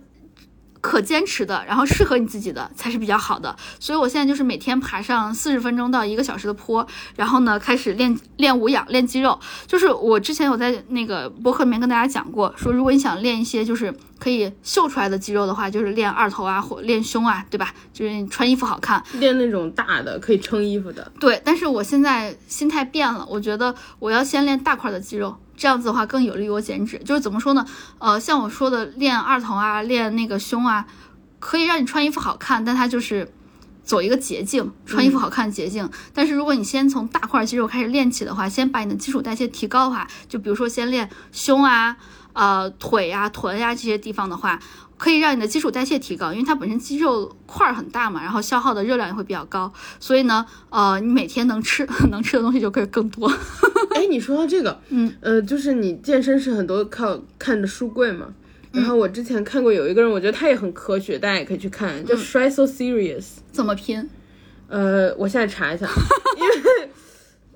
Speaker 1: 可坚持的，然后适合你自己的才是比较好的。所以我现在就是每天爬上四十分钟到一个小时的坡，然后呢开始练练无氧、练肌肉。就是我之前有在那个博客里面跟大家讲过，说如果你想练一些就是可以秀出来的肌肉的话，就是练二头啊或练胸啊，对吧？就是你穿衣服好看，
Speaker 2: 练那种大的可以撑衣 服的，
Speaker 1: 对，但是我现在心态变了，我觉得我要先练大块的肌肉，这样子的话更有利于我减脂。就是怎么说呢？呃，像我说的，练二头啊，练那个胸啊，可以让你穿衣服好看，但它就是走一个捷径，穿衣服好看的捷径。但是如果你先从大块肌肉开始练起的话，先把你的基础代谢提高的话，就比如说先练胸啊、呃腿啊、臀呀、这些地方的话。可以让你的基础代谢提高，因为它本身肌肉块儿很大嘛，然后消耗的热量也会比较高，所以呢，呃，你每天能吃 能吃的东西就会更多。
Speaker 2: 哎，你说到这个，
Speaker 1: 嗯，
Speaker 2: 呃，就是你健身是很多靠看着书柜嘛。
Speaker 1: 嗯
Speaker 2: 然后我之前看过有一个人，我觉得他也很科学，大家也可以去看，
Speaker 1: 嗯
Speaker 2: 叫 Try So Serious。
Speaker 1: 怎么拼？
Speaker 2: 呃，我现在查 一下，因为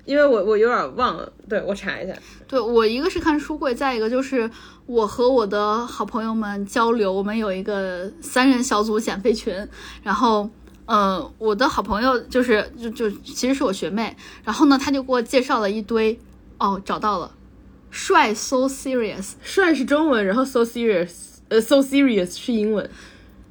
Speaker 2: 因为我我有点忘了，对我查一下。
Speaker 1: 对我一个是看书柜，再一个就是我和我的好朋友们交流，我们有一个三人小组减肥群，然后。呃，我的好朋友就是就就其实是我学妹，然后呢，她就给我介绍了一堆，哦，找到了，帅 so serious，
Speaker 2: 帅是中文，然后 So Serious，呃，So Serious 是英文。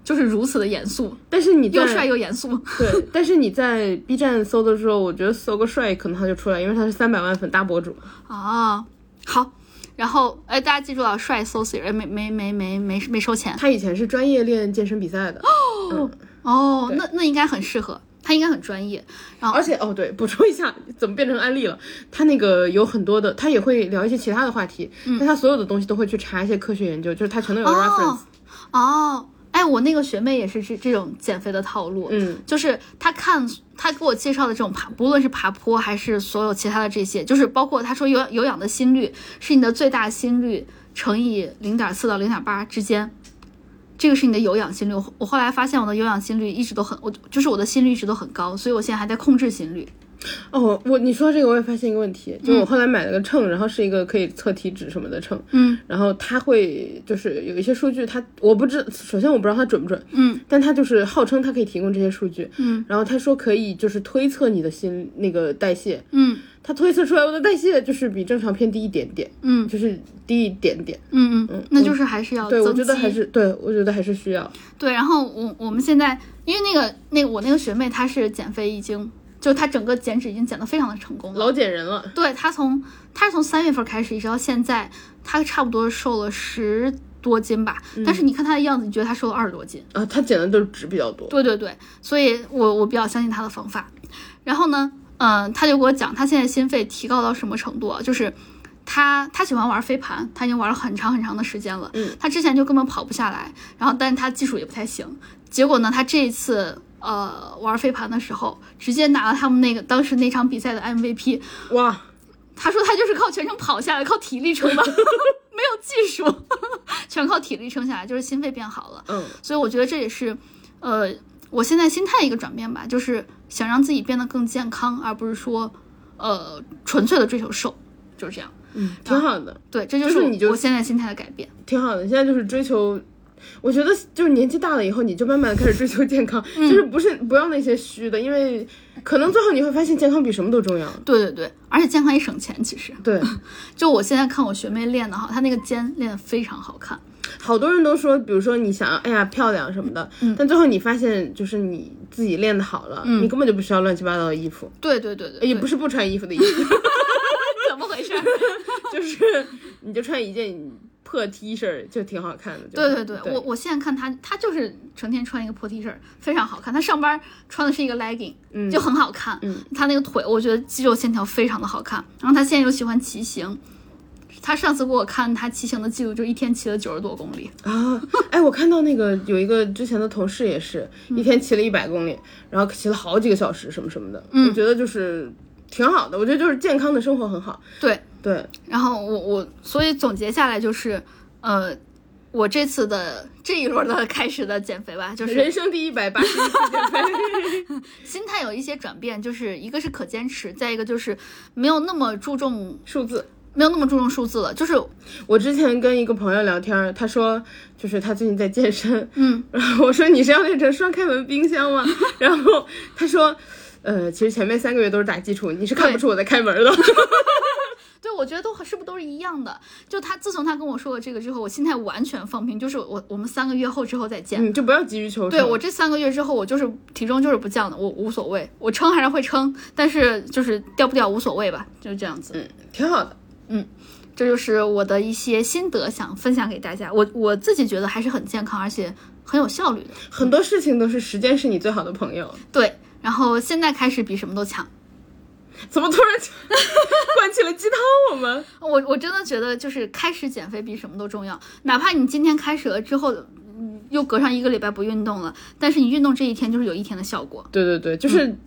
Speaker 1: 就是如此的严肃，
Speaker 2: 但是你在
Speaker 1: 又帅又严肃。
Speaker 2: 对，但是你在 B 站搜的时候，我觉得搜个帅可能他就出来，因为他是三百万粉大博主。
Speaker 1: 啊，好，然后哎，大家记住了，帅 so serious，没没没没没没收钱
Speaker 2: 他以前是专业练健身比赛的，
Speaker 1: 哦，那那应该很适合，他应该很专业。然后
Speaker 2: 而且哦对，补充一下，怎么变成安利了？他那个有很多的，他也会聊一些其他的话题，但他所有的东西都会去查一些科学研究，就是他全都有 reference、
Speaker 1: 哦哦，哎，我那个学妹也是这这种减肥的套路，
Speaker 2: 嗯，
Speaker 1: 就是她看她给我介绍的这种爬，不论是爬坡还是所有其他的这些，就是包括她说有有氧的心率是你的最大心率乘以零点四到零点八之间。这个是你的有氧心率，我我后来发现我的有氧心率一直都很，我就是我的心率一直都很高，所以我现在还在控制心率。
Speaker 2: 哦，我你说这个我也发现一个问题，就我后来买了个秤，然后是一个可以测体脂什么的秤，
Speaker 1: 嗯，
Speaker 2: 然后它会就是有一些数据它，我不知，首先我不知道它准不准，
Speaker 1: 嗯，
Speaker 2: 但它就是号称它可以提供这些数据，
Speaker 1: 嗯，
Speaker 2: 然后他说可以就是推测你的心那个代谢，
Speaker 1: 嗯
Speaker 2: 它推测出来我的代谢就是比正常偏低一点点，
Speaker 1: 嗯
Speaker 2: 就是低一点点，
Speaker 1: 嗯嗯，那就是还是要
Speaker 2: 对我
Speaker 1: 增
Speaker 2: 觉
Speaker 1: 肌。
Speaker 2: 得还是对我觉得还是需要，
Speaker 1: 对，然后我我们现在因为那个那个我那个学妹她是减肥已经，就她整个减脂已经减得非常的成功了。
Speaker 2: 老减人了，
Speaker 1: 对她从她是从三月份开始一直到现在，她差不多瘦了十多斤吧。但是你看她的样子，你觉得她瘦了二十多斤。
Speaker 2: 啊，他减的都是脂比较多，
Speaker 1: 对对对，所以我我比较相信他的方法。然后呢，嗯、他就给我讲他现在心肺提高到什么程度啊，就是他他喜欢玩飞盘，他已经玩了很长很长的时间了。
Speaker 2: 嗯，
Speaker 1: 他之前就根本跑不下来，然后但是他技术也不太行。结果呢，他这一次呃玩飞盘的时候，直接拿了他们那个当时那场比赛的 MVP。
Speaker 2: 哇，
Speaker 1: 他说他就是靠全程跑下来，靠体力撑的，没 有技术， 全靠体力撑下来，就是心肺变好了。
Speaker 2: 嗯
Speaker 1: 所以我觉得这也是，呃，我现在心态一个转变吧，就是想让自己变得更健康，而不是说，呃，纯粹的追求瘦，就是这样。
Speaker 2: 嗯，挺好的。
Speaker 1: 对，这就
Speaker 2: 就是是
Speaker 1: 我
Speaker 2: 你就
Speaker 1: 我现在心态的改变。
Speaker 2: 挺好的。现在就是追求，我觉得就是年纪大了以后，你就慢慢地开始追求健康，
Speaker 1: 嗯
Speaker 2: 就是不是不要那些虚的，因为可能最后你会发现健康比什么都重要。
Speaker 1: 对对对，而且健康也省钱。其实，
Speaker 2: 对，
Speaker 1: 就我现在看我学妹练的哈，她那个肩练得非常好看。
Speaker 2: 好多人都说，比如说你想要，哎呀漂亮什么的，
Speaker 1: 嗯
Speaker 2: 但最后你发现就是你自己练的好了，你根本就不需要乱七八糟的衣服，
Speaker 1: 对对嗯对对
Speaker 2: 也不
Speaker 1: 是
Speaker 2: 是不穿衣服的意 思，
Speaker 1: 怎么回事儿。
Speaker 2: 就是你就穿一件破 T 恤就挺好看的。就
Speaker 1: 对对
Speaker 2: 对
Speaker 1: 对，我我现在看她，她就是成天穿一个破 T 恤，非常好看。她上班穿的是一个 legging，
Speaker 2: 嗯
Speaker 1: 就很好看。
Speaker 2: 嗯，
Speaker 1: 她那个腿，我觉得肌肉线条非常的好看。然后她现在又喜欢骑行，她上次给我看她骑行的记录，就一天骑了九十多公里。
Speaker 2: 啊，哎，我看到那个有一个之前的同事也是
Speaker 1: 嗯
Speaker 2: 一天骑了一百公里，然后骑了好几个小时什么什么的，
Speaker 1: 嗯
Speaker 2: 我觉得就是挺好的。我觉得就是健康的生活很好。
Speaker 1: 对，
Speaker 2: 对，
Speaker 1: 然后我我所以总结下来就是，呃，我这次的这一轮的开始的减肥吧，就是
Speaker 2: 人生第一百八十一次减肥，
Speaker 1: 心态有一些转变，就是一个是可坚持，再一个就是没有那么注重，
Speaker 2: 数字。
Speaker 1: 没有那么注重数字了，就是
Speaker 2: 我之前跟一个朋友聊天，他说就是他最近在健身，
Speaker 1: 嗯，
Speaker 2: 然后我说你是要练成双开门冰 箱吗？然后他说，呃，其实前面三个月都是打基础，你是看不
Speaker 1: 对
Speaker 2: 出我在开门的。
Speaker 1: 对，我觉得都是不是都是一样的？就他自从他跟我说了这个之后，我心态完全放平，就是我我们三个月后之后再见。
Speaker 2: 嗯，就不要急于求成。
Speaker 1: 对我这三个月之后，我就是体重就是不降的，我无所谓，我称还是会称，但是就是掉不掉无所谓吧，就是这样子。
Speaker 2: 嗯挺好的。
Speaker 1: 这就是我的一些心得，想分享给大家。我我自己觉得还是很健康，而且很有效率的。
Speaker 2: 很多事情都是时间是你最好的朋友。
Speaker 1: 对，然后现在开始比什么都强。
Speaker 2: 怎么突然 就灌起了鸡汤？我们
Speaker 1: 我我真的觉得就是开始减肥比什么都重要，哪怕你今天开始了之后，嗯又隔上一个礼拜不运动了，但是你运动这一天就是有一天的效果。
Speaker 2: 对对对，就是、嗯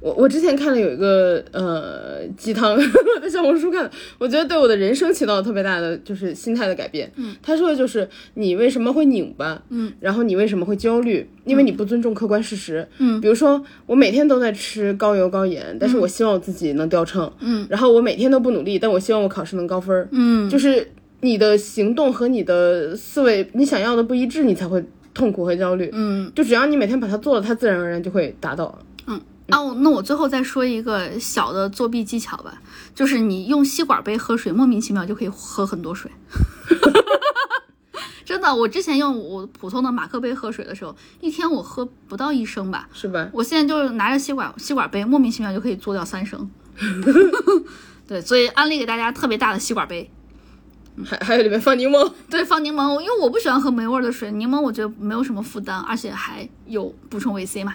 Speaker 2: 我我之前看了有一个呃鸡汤， 我在小红书看的，我觉得对我的人生起到了特别大的就是心态的改变。嗯，他说的就是你为什么会拧巴？
Speaker 1: 嗯，
Speaker 2: 然后你为什么会焦虑？因为你不尊重客观事实。
Speaker 1: 嗯
Speaker 2: 比如说我每天都在吃高油高盐，但是我希望我自己能掉秤。
Speaker 1: 嗯，
Speaker 2: 然后我每天都不努力，但我希望我考试能高分。
Speaker 1: 嗯，
Speaker 2: 就是你的行动和你的思维，你想要的不一致，你才会痛苦和焦虑。
Speaker 1: 嗯
Speaker 2: 就只要你每天把它做了，它自然而然就会达到。
Speaker 1: 嗯。啊，我那我最后再说一个小的作弊技巧吧，就是你用吸管杯喝水，莫名其妙就可以喝很多水。 真的，我之前用我普通的马克杯喝水的时候，一天我喝不到一升吧，
Speaker 2: 是吧？
Speaker 1: 我现在就是拿着吸管吸管杯，莫名其妙就可以做掉三升。对，所以安利给大家特别大的吸管杯。
Speaker 2: 还还有里面放柠檬，
Speaker 1: 对，放柠檬，因为我不喜欢喝没味儿的水，柠檬我觉得没有什么负担，而且还有补充维 C 嘛。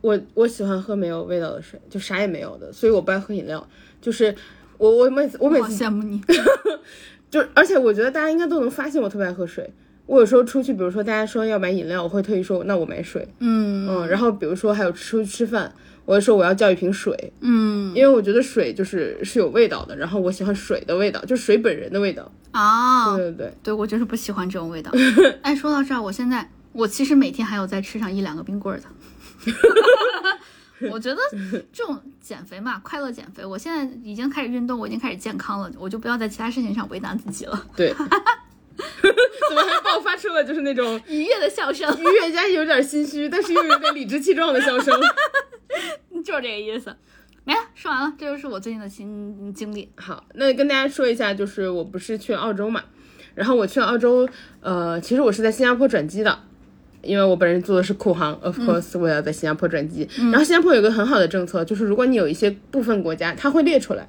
Speaker 2: 我我喜欢喝没有味道的水，就啥也没有的，所以我不爱喝饮料。就是我我每次我每
Speaker 1: 好
Speaker 2: 次
Speaker 1: 羡慕你。
Speaker 2: 就是，而且我觉得大家应该都能发现我特别爱喝水，我有时候出去，比如说大家说要买饮料，我会特意说那我买水，
Speaker 1: 嗯
Speaker 2: 嗯，然后比如说还有出去吃饭，我会说我要叫一瓶水，
Speaker 1: 嗯
Speaker 2: 因为我觉得水就是是有味道的，然后我喜欢水的味道，就水本人的味道。
Speaker 1: 啊，
Speaker 2: 对对对，
Speaker 1: 对我就是不喜欢这种味道。哎，说到这儿，我现在我其实每天还有在吃上一两个冰棍儿的。我觉得这种减肥嘛，快乐减肥。我现在已经开始运动，我已经开始健康了，我就不要在其他事情上为难自己了。
Speaker 2: 对， 怎么还爆发出了就是那种
Speaker 1: 愉悦的笑声，
Speaker 2: 愉悦加有点心虚，但是又有点理直气壮的笑声？
Speaker 1: 就是这个意思。没了，说完了，这就是我最近的新经历。
Speaker 2: 好，那跟大家说一下，就是我不是去澳洲嘛，然后我去澳洲，呃，其实我是在新加坡转机的，因为我本人做的是库航，of course，、我要在新加坡转机。然后新加坡有一个很好的政策，就是如果你有一些部分国家，它会列出来。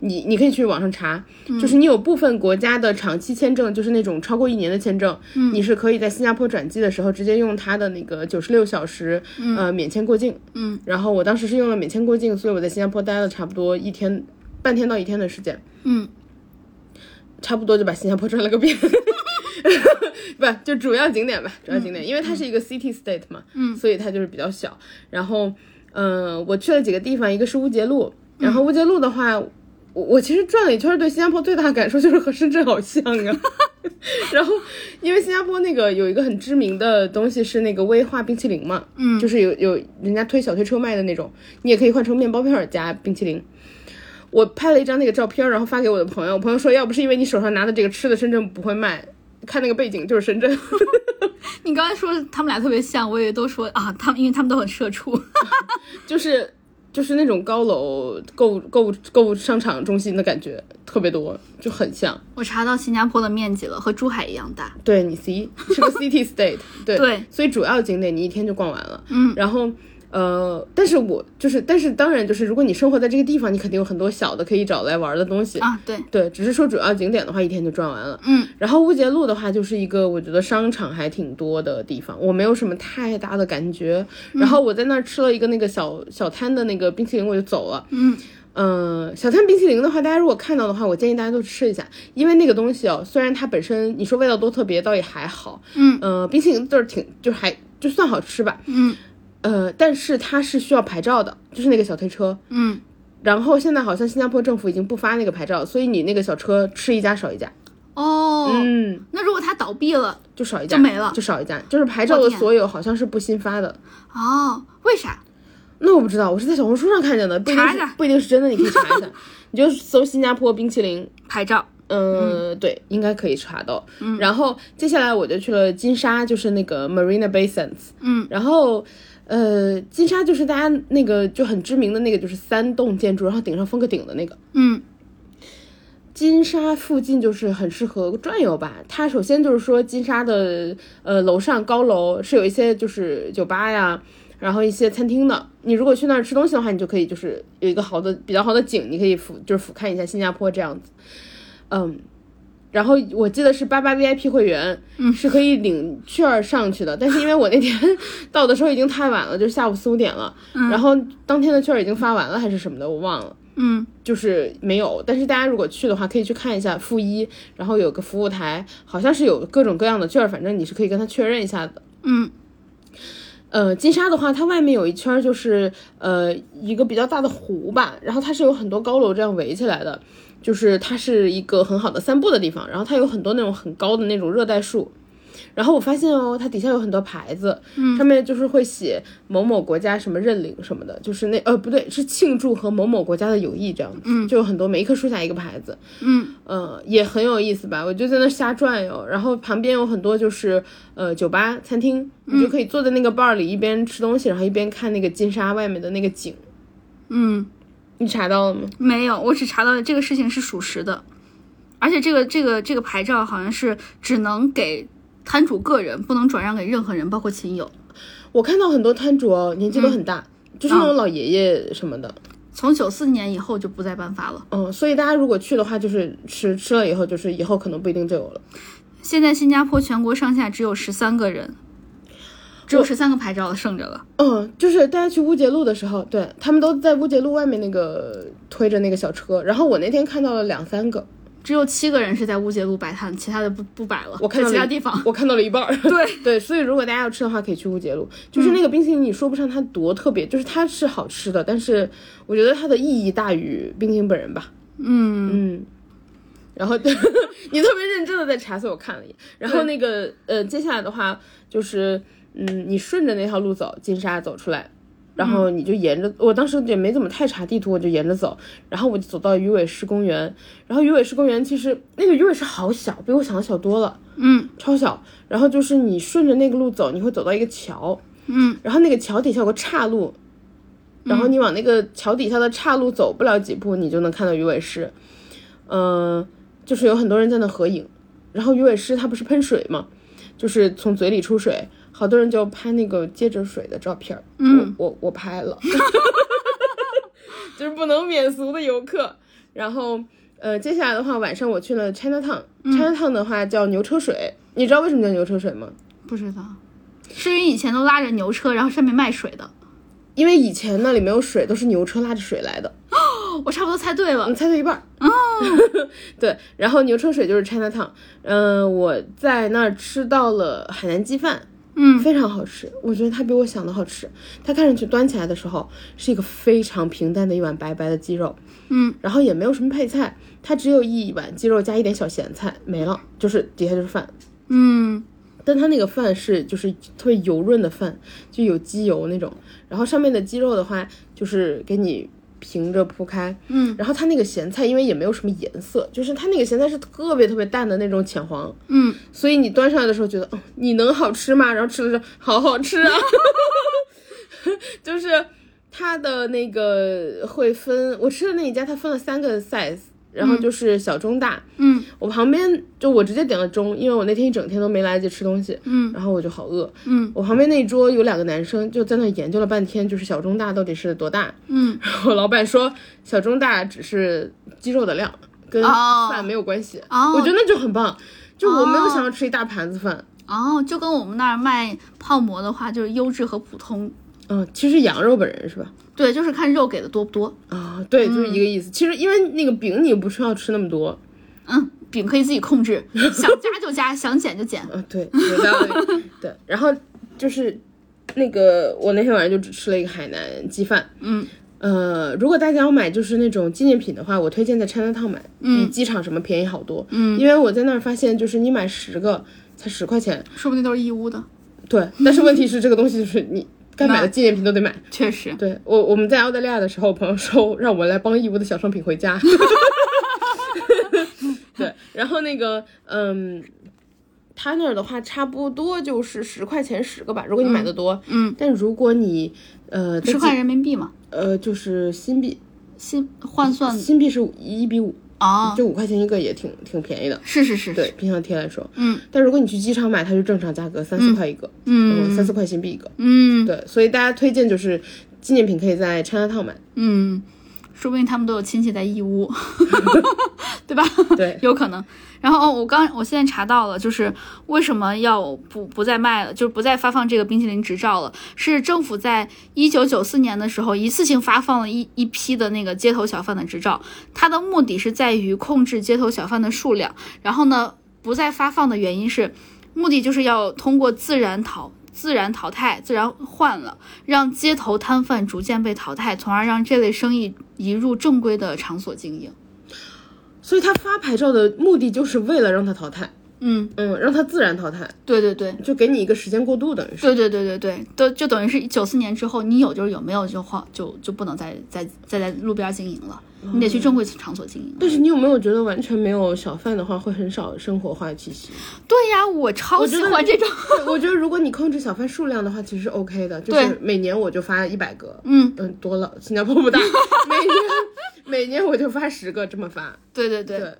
Speaker 2: 你你可以去网上查，就是你有部分国家的长期签证，就是那种超过一年的签证，你是可以在新加坡转机的时候直接用它的那个九十六小时，呃，免签过境。嗯，然后我当时是用了免签过境，所以我在新加坡待了差不多一天半天到一天的时间，
Speaker 1: 嗯，
Speaker 2: 差不多就把新加坡转了个遍， 不就主要景点吧，主要景点，因为它是一个 city state 嘛，嗯，所以它就是比较小。然后，嗯，我去了几个地方，一个是乌节路，然后乌节路的话，我我其实转了一圈，对新加坡最大的感受就是和深圳好像啊。然后，因为新加坡那个有一个很知名的东西是那个威化冰淇淋嘛，嗯，就是有有人家推小推车卖的那种，你也可以换成面包片儿加冰淇淋。我拍了一张那个照片儿，然后发给我的朋友，我朋友说，要不是因为你手上拿的这个吃的，深圳不会卖。看那个背景就是深圳，
Speaker 1: 你刚才说他们俩特别像，我以为都说啊，他们因为他们都很社畜。
Speaker 2: 就是就是那种高楼购物购物购物商场中心的感觉，特别多，就很像。
Speaker 1: 我查到新加坡的面积了，和珠海一样大。
Speaker 2: 对你 C 是个 city state，对
Speaker 1: 对
Speaker 2: 所以主要景点你一天就逛完了。嗯，然后呃，但是我就是，但是当然就是，如果你生活在这个地方，你肯定有很多小的可以找来玩的东西。
Speaker 1: 啊，对，
Speaker 2: 对，只是说主要景点的话，一天就转完了。
Speaker 1: 嗯，
Speaker 2: 然后乌节路的话，就是一个我觉得商场还挺多的地方，我没有什么太大的感觉。
Speaker 1: 嗯
Speaker 2: 然后我在那儿吃了一个那个小小摊的那个冰淇淋，我就走了。
Speaker 1: 嗯
Speaker 2: 呃，小摊冰淇淋的话，大家如果看到的话，我建议大家都吃一下，因为那个东西哦，虽然它本身你说味道多特别，倒也还好。
Speaker 1: 嗯，
Speaker 2: 呃，冰淇淋就是挺就是还就算好吃吧。
Speaker 1: 嗯
Speaker 2: 呃，但是它是需要牌照的，就是那个小推车。
Speaker 1: 嗯，
Speaker 2: 然后现在好像新加坡政府已经不发那个牌照，所以你那个小车吃一家少一家，
Speaker 1: 哦，
Speaker 2: 嗯，
Speaker 1: 那如果它倒闭了，
Speaker 2: 就少一家
Speaker 1: 就没了
Speaker 2: 就少一家，就是牌照
Speaker 1: 我
Speaker 2: 的
Speaker 1: 天
Speaker 2: 所有好像是不新发的。
Speaker 1: 哦，为啥？
Speaker 2: 那我不知道，我是在小红书上看见的，不一定
Speaker 1: 查
Speaker 2: 是
Speaker 1: 一下
Speaker 2: 不一定是真的，你可以 查一下，你就搜新加坡冰淇淋，
Speaker 1: 牌照，
Speaker 2: 呃、嗯，对，应该可以查到。然后接下来我就去了金沙，就是那个 Marina Bay Sands，
Speaker 1: 嗯，
Speaker 2: 然后。呃，金沙就是大家那个就很知名的那个，就是三栋建筑，然后顶上封个顶的那个。
Speaker 1: 嗯
Speaker 2: 金沙附近就是很适合转悠吧。它首先就是说，金沙的呃楼上高楼是有一些就是酒吧呀，然后一些餐厅的。你如果去那儿吃东西的话，你就可以就是有一个好的比较好的景，你可以俯就是俯瞰一下新加坡这样子。嗯，然后我记得是八八 VIP 会员，嗯，是可以领券儿上去的。但是因为我那天 到的时候已经太晚了，就是下午四五点了，然后当天的券儿已经发完了还是什么的，我忘了。
Speaker 1: 嗯
Speaker 2: 就是没有，但是大家如果去的话，可以去看一下负一，然后有个服务台，好像是有各种各样的券儿，反正你是可以跟他确认一下的。
Speaker 1: 嗯
Speaker 2: 呃，金沙的话，它外面有一圈儿就是呃一个比较大的湖吧，然后它是有很多高楼这样围起来的，就是它是一个很好的散步的地方，然后它有很多那种很高的那种热带树。然后我发现哦，它底下有很多牌子，上面就是会写某某国家什么认领什么的，就是那呃不对，是庆祝和某某国家的友谊这样子，就有很多每一棵树下一个牌子，
Speaker 1: 嗯
Speaker 2: 呃，也很有意思吧？我就在那儿瞎转悠，然后旁边有很多就是呃酒吧、餐厅，你就可以坐在那个 bar 里，一边吃东西，然后一边看那个金沙外面的那个景。
Speaker 1: 嗯，
Speaker 2: 你查到了吗？
Speaker 1: 没有，我只查到这个事情是属实的，而且这个这个这个牌照好像是只能给摊主个人，不能转让给任何人，包括亲友。
Speaker 2: 我看到很多摊主哦，年纪都很大，就是那种老爷爷什么的。
Speaker 1: 从九四年以后就不再颁发了。
Speaker 2: 嗯，所以大家如果去的话，就是吃吃了以后，就是以后可能不一定就有了。
Speaker 1: 现在新加坡全国上下只有十三个人，只有十三个牌照了，剩着了。
Speaker 2: 嗯，就是大家去乌节路的时候，对他们都在乌节路外面那个推着那个小车，然后我那天看到了两三个，
Speaker 1: 只有七个人是在乌节路摆摊，其他的不不摆了，
Speaker 2: 我看到
Speaker 1: 在
Speaker 2: 了
Speaker 1: 其他
Speaker 2: 一
Speaker 1: 地方。
Speaker 2: 我看到了一半儿。
Speaker 1: 对嗯
Speaker 2: 对，所以如果大家要吃的话，可以去乌节路。就是那个冰淇淋，你说不上它多特别，就是它是好吃的，但是我觉得它的意义大于冰淇淋本人吧。嗯嗯。然后 你特别认真的在查，所以我看了一眼。然后那个呃，接下来的话就是，嗯，你顺着那条路走，金沙走出来，然后你就沿着，我当时也没怎么太查地图，我就沿着走，然后我就走到鱼尾狮公园，然后鱼尾狮公园其实那个鱼尾狮好小，比我想的小多了，
Speaker 1: 嗯
Speaker 2: 超小。然后就是你顺着那个路走，你会走到一个桥，
Speaker 1: 嗯
Speaker 2: 然后那个桥底下有个岔路，然后你往那个桥底下的岔路走不了几步，你就能看到鱼尾狮。嗯、就是有很多人在那合影。然后鱼尾狮它不是喷水嘛，就是从嘴里出水，好多人就拍那个接着水的照片儿。
Speaker 1: 嗯
Speaker 2: 我我我拍了， 就是不能免俗的游客。然后呃，接下来的话，晚上我去了 China Town。China Town 的话叫牛车水，你知道为什么叫牛车水吗？
Speaker 1: 不知道，是因为以前都拉着牛车，然后上面卖水的。
Speaker 2: 因为以前那里没有水，都是牛车拉着水来的。
Speaker 1: 哦我差不多猜对了
Speaker 2: 你。猜对一半儿。哦， 对，然后牛车水就是 China Town，嗯、我在那儿吃到了海南鸡饭，
Speaker 1: 嗯
Speaker 2: 非常好吃，我觉得它比我想的好吃。它看上去端起来的时候是一个非常平淡的一碗白白的鸡肉，
Speaker 1: 嗯，
Speaker 2: 然后也没有什么配菜，它只有一碗鸡肉加一点小咸菜，没了，就是底下就是饭。
Speaker 1: 嗯
Speaker 2: 但它那个饭是就是特别油润的饭，就有鸡油那种，然后上面的鸡肉的话就是给你平着铺开，
Speaker 1: 嗯
Speaker 2: 然后它那个咸菜因为也没有什么颜色，就是它那个咸菜是特别特别淡的那种浅黄，
Speaker 1: 嗯，
Speaker 2: 所以你端上来的时候觉得，哦，你能好吃吗？然后吃了之后，好好吃啊， 就是它的那个会分，我吃的那一家它分了三个 size，然后就是小中大，
Speaker 1: 嗯
Speaker 2: 我旁边就我直接点了中，因为我那天一整天都没来得及吃东西，
Speaker 1: 嗯，
Speaker 2: 然后我就好饿，
Speaker 1: 嗯，
Speaker 2: 我旁边那一桌有两个男生就在那研究了半天，就是小中大到底是多大，
Speaker 1: 嗯，
Speaker 2: 然后老板说小中大只是鸡肉的量，跟
Speaker 1: 哦
Speaker 2: 饭没有关系，
Speaker 1: 哦
Speaker 2: 我觉得那就很棒，就我没有
Speaker 1: 哦
Speaker 2: 想要吃一大盘子饭，
Speaker 1: 哦，就跟我们那儿卖泡馍的话，就是优质和普通，
Speaker 2: 嗯，其实羊肉本人是吧？
Speaker 1: 对，就是看肉给的多不多。
Speaker 2: 啊，对，就是一个意思。其实因为那个饼你不需要吃那么多，
Speaker 1: 嗯，饼可以自己控制， 想加就加，想减就减。
Speaker 2: 啊，对，有道理。对，然后就是那个，我那天晚上就只吃了一个海南鸡饭。
Speaker 1: 嗯，
Speaker 2: 呃，如果大家要买就是那种纪念品的话，我推荐在 China Town 买，比机场什么便宜好多。嗯，因为我在那儿发现，就是你买十个才十块钱。
Speaker 1: 说不定都是义乌的。
Speaker 2: 对，但是问题是这个东西就是你该买的纪念品都得买。
Speaker 1: 确实，
Speaker 2: 对我，我们在澳大利亚的时候，我朋友说让我来帮义乌的小商品回家。 对，然后那个，嗯，他那儿的话差不多就是十块钱十个吧，如果你买的多，
Speaker 1: 嗯，
Speaker 2: 但如果你呃在
Speaker 1: 十块
Speaker 2: 几
Speaker 1: 人民币嘛，
Speaker 2: 呃就是新币，
Speaker 1: 新换算
Speaker 2: 新币是一比五、
Speaker 1: 啊，
Speaker 2: 就五块钱一个也挺挺便宜的，
Speaker 1: 是是是，
Speaker 2: 对，冰箱贴来说，
Speaker 1: 嗯，
Speaker 2: 但如果你去机场买，它就正常价格三四块一个，
Speaker 1: 嗯
Speaker 2: 三四块新币一个，
Speaker 1: 嗯
Speaker 2: 对，所以大家推荐就是纪念品可以在 China Town 买，
Speaker 1: 嗯，说不定他们都有亲戚在义乌， 对吧？
Speaker 2: 对
Speaker 1: 有可能。然后哦，我刚我现在查到了，就是为什么要不不再卖了，就是不再发放这个冰淇淋执照了，是政府在一九九四年的时候一次性发放了一一批的那个街头小贩的执照，它的目的是在于控制街头小贩的数量。然后呢，不再发放的原因是，目的就是要通过自然淘。自然淘汰、自然换了，让街头摊贩逐渐被淘汰，从而让这类生意移入正规的场所经营。
Speaker 2: 所以他发牌照的目的就是为了让他淘汰，
Speaker 1: 嗯，
Speaker 2: 嗯，让他自然淘汰，
Speaker 1: 对对对，
Speaker 2: 就给你一个时间过渡，等于是。
Speaker 1: 对对对对对，都就等于是九四年之后，你有就是有，没有就话就就不能再再再在路边经营了，你
Speaker 2: 嗯
Speaker 1: 得去正规场所经营了。
Speaker 2: 但是你有没有觉得完全没有小贩的话，会很少生活化 气息？
Speaker 1: 对呀，我超
Speaker 2: 我
Speaker 1: 喜
Speaker 2: 觉得
Speaker 1: 欢这种。
Speaker 2: 对我觉得如果你控制小贩数量的话，其实是 OK 的，就是
Speaker 1: 对
Speaker 2: 每年我就发一百个，
Speaker 1: 嗯，
Speaker 2: 嗯，多了，新加坡 不大，每年每年我就发十个，这么发，
Speaker 1: 对对对，
Speaker 2: 对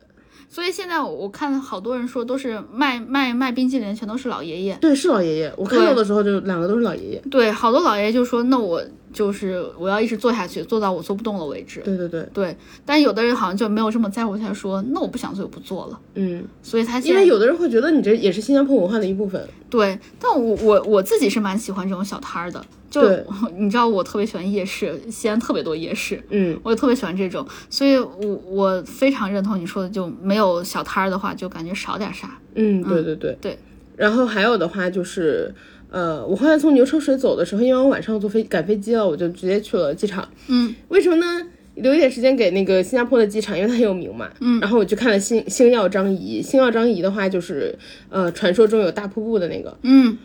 Speaker 1: 所以现在我我看好多人说都是卖卖卖冰激凌，全都是老爷爷。
Speaker 2: 对，是老爷爷，我看
Speaker 1: 对
Speaker 2: 到的时候就两个都是老爷爷，
Speaker 1: 对，好多老爷爷就说，那我就是我要一直做下去，做到我做不动了为止。
Speaker 2: 对对对，
Speaker 1: 对，但有的人好像就没有这么在乎，他说那我不想做就不做了，
Speaker 2: 嗯，
Speaker 1: 所以他现
Speaker 2: 因
Speaker 1: 在
Speaker 2: 为有的人会觉得你这也是新加坡文化的一部分，
Speaker 1: 对，但我我我自己是蛮喜欢这种小摊儿的，就
Speaker 2: 对
Speaker 1: 你知道我特别喜欢夜市，西安特别多夜市，
Speaker 2: 嗯，
Speaker 1: 我也特别喜欢这种，所以我我非常认同你说的，就没有小摊儿的话，就感觉少点啥。
Speaker 2: 嗯，对对对
Speaker 1: 对。
Speaker 2: 然后还有的话就是，呃，我后来从牛车水走的时候，因为我晚上坐飞赶飞机了，我就直接去了机场。
Speaker 1: 嗯，
Speaker 2: 为什么呢？留一点时间给那个新加坡的机场，因为它很有名嘛。嗯，然后我去看了星星耀张仪，星耀张仪的话就是，呃，传说中有大瀑布的那个，
Speaker 1: 嗯，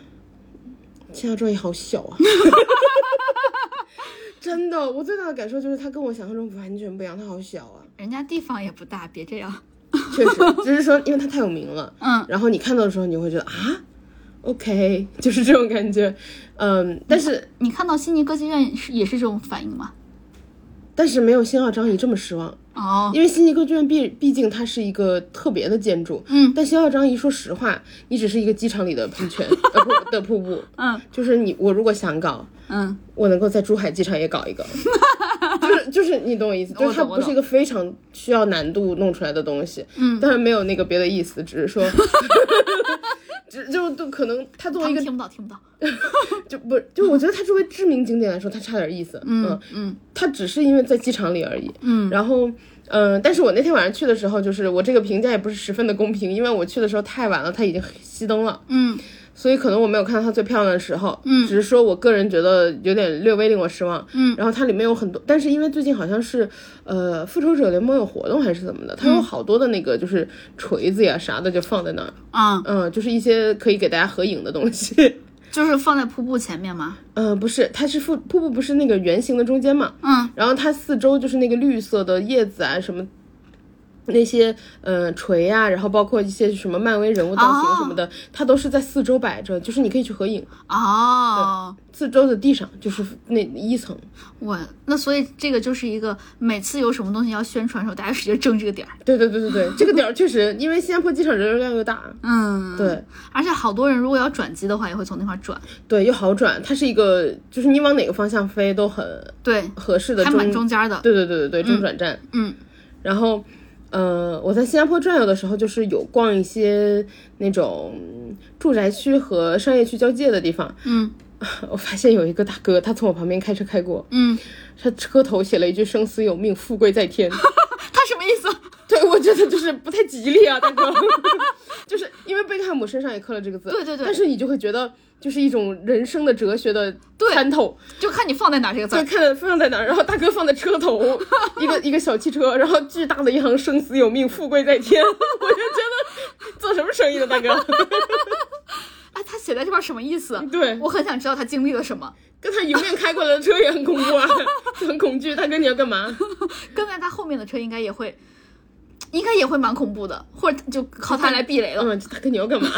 Speaker 2: 星耀张仪好小啊。真的，我最大的感受就是它跟我想象中完全不一样，它好小啊。
Speaker 1: 人家地方也不大，别这样。
Speaker 2: 确实，只是说因为它太有名了，
Speaker 1: 嗯，
Speaker 2: 然后你看到的时候，你会觉得啊，OK，就是 这种感觉，嗯，但是
Speaker 1: 你看到悉尼歌剧院也是也是这种反应吗？
Speaker 2: 但是没有新奥张仪这么失望，
Speaker 1: 哦，
Speaker 2: 因为悉尼歌剧院毕毕竟它是一个特别的建筑，
Speaker 1: 嗯
Speaker 2: 但新奥张仪说实话，你只是一个机场里的喷 泉，呃不的瀑布，
Speaker 1: 嗯
Speaker 2: 就是你我如果想搞，
Speaker 1: 嗯，
Speaker 2: 我能够在珠海机场也搞一 搞，就是就是你懂我意思，就是它
Speaker 1: 我懂我
Speaker 2: 不是一个非常需要难度弄出来的东西，
Speaker 1: 嗯
Speaker 2: 当然没有那个别的意思，只 是说， 只就都可能它作
Speaker 1: 他
Speaker 2: 为一
Speaker 1: 们
Speaker 2: 个
Speaker 1: 听不到，听不到。
Speaker 2: 就不就我觉得它作为知名景点来说，它差点意思，嗯，
Speaker 1: 嗯
Speaker 2: 它只是因为在机场里而已，
Speaker 1: 嗯
Speaker 2: 然后。嗯，但是我那天晚上去的时候，就是我这个评价也不是十分的公平，因为我去的时候太晚了，它已经熄灯了，
Speaker 1: 嗯
Speaker 2: 所以可能我没有看到它最漂亮的时候，
Speaker 1: 嗯
Speaker 2: 只是说我个人觉得有点略微令我失望，
Speaker 1: 嗯
Speaker 2: 然后它里面有很多，但是因为最近好像是，呃，复仇者联盟有活动还是怎么的，它
Speaker 1: 嗯
Speaker 2: 有好多的那个就是锤子呀啥的就放在那儿，
Speaker 1: 啊，
Speaker 2: 嗯，就是一些可以给大家合影的东西，
Speaker 1: 就是放在瀑布前面吗？
Speaker 2: 嗯，不是，它是瀑瀑布不是那个圆形的中间嘛，
Speaker 1: 嗯
Speaker 2: 然后它四周就是那个绿色的叶子啊什么。那些呃锤啊，然后包括一些什么漫威人物造型什么的它都是在四周摆着，就是你可以去合影。
Speaker 1: 哦，
Speaker 2: 四周的地上就是那一层，
Speaker 1: 我那所以这个就是一个每次有什么东西要宣传的时候，大家使劲争这个点儿。
Speaker 2: 对对对对对，这个点儿确实，因为新加坡机场人流量又大，
Speaker 1: 嗯，
Speaker 2: 对
Speaker 1: 而且好多人如果要转机的话，也会从那块儿转。
Speaker 2: 对，又好转，它是一个就是你往哪个方向飞都很
Speaker 1: 对，
Speaker 2: 合适的
Speaker 1: 还蛮
Speaker 2: 中，
Speaker 1: 中间儿的。
Speaker 2: 对对对对对中转站。
Speaker 1: 嗯
Speaker 2: 然后，呃，我在新加坡转悠的时候，就是有逛一些那种住宅区和商业区交界的地方，
Speaker 1: 嗯
Speaker 2: 我发现有一个大哥，他从我旁边开车开过，
Speaker 1: 嗯，
Speaker 2: 他车头写了一句“生死有命，富贵在天”。
Speaker 1: 他什么意思？
Speaker 2: 对，我觉得就是不太吉利啊，大哥， 就是因为贝克汉姆身上也刻了这个字，
Speaker 1: 对对对
Speaker 2: 但是你就会觉得就是一种人生的哲学的
Speaker 1: 对
Speaker 2: 参透，
Speaker 1: 就看你放在哪儿这个字
Speaker 2: 对，
Speaker 1: 儿。
Speaker 2: 看放在哪儿，然后大哥放在车头， 一个一个小汽车，然后巨大的一行“生死有命，富贵在天”， 我就觉得做什么生意的大哥，
Speaker 1: 哎，他写在这边什么意思？
Speaker 2: 对，
Speaker 1: 我很想知道他经历了什么。
Speaker 2: 跟他迎面开过来的车也很恐怖啊， 就很恐惧，大哥你要干嘛？
Speaker 1: 跟在他后面的车应该也会，应该也会蛮恐怖的，或者就靠他来避雷了。
Speaker 2: 嗯，大哥你要干嘛？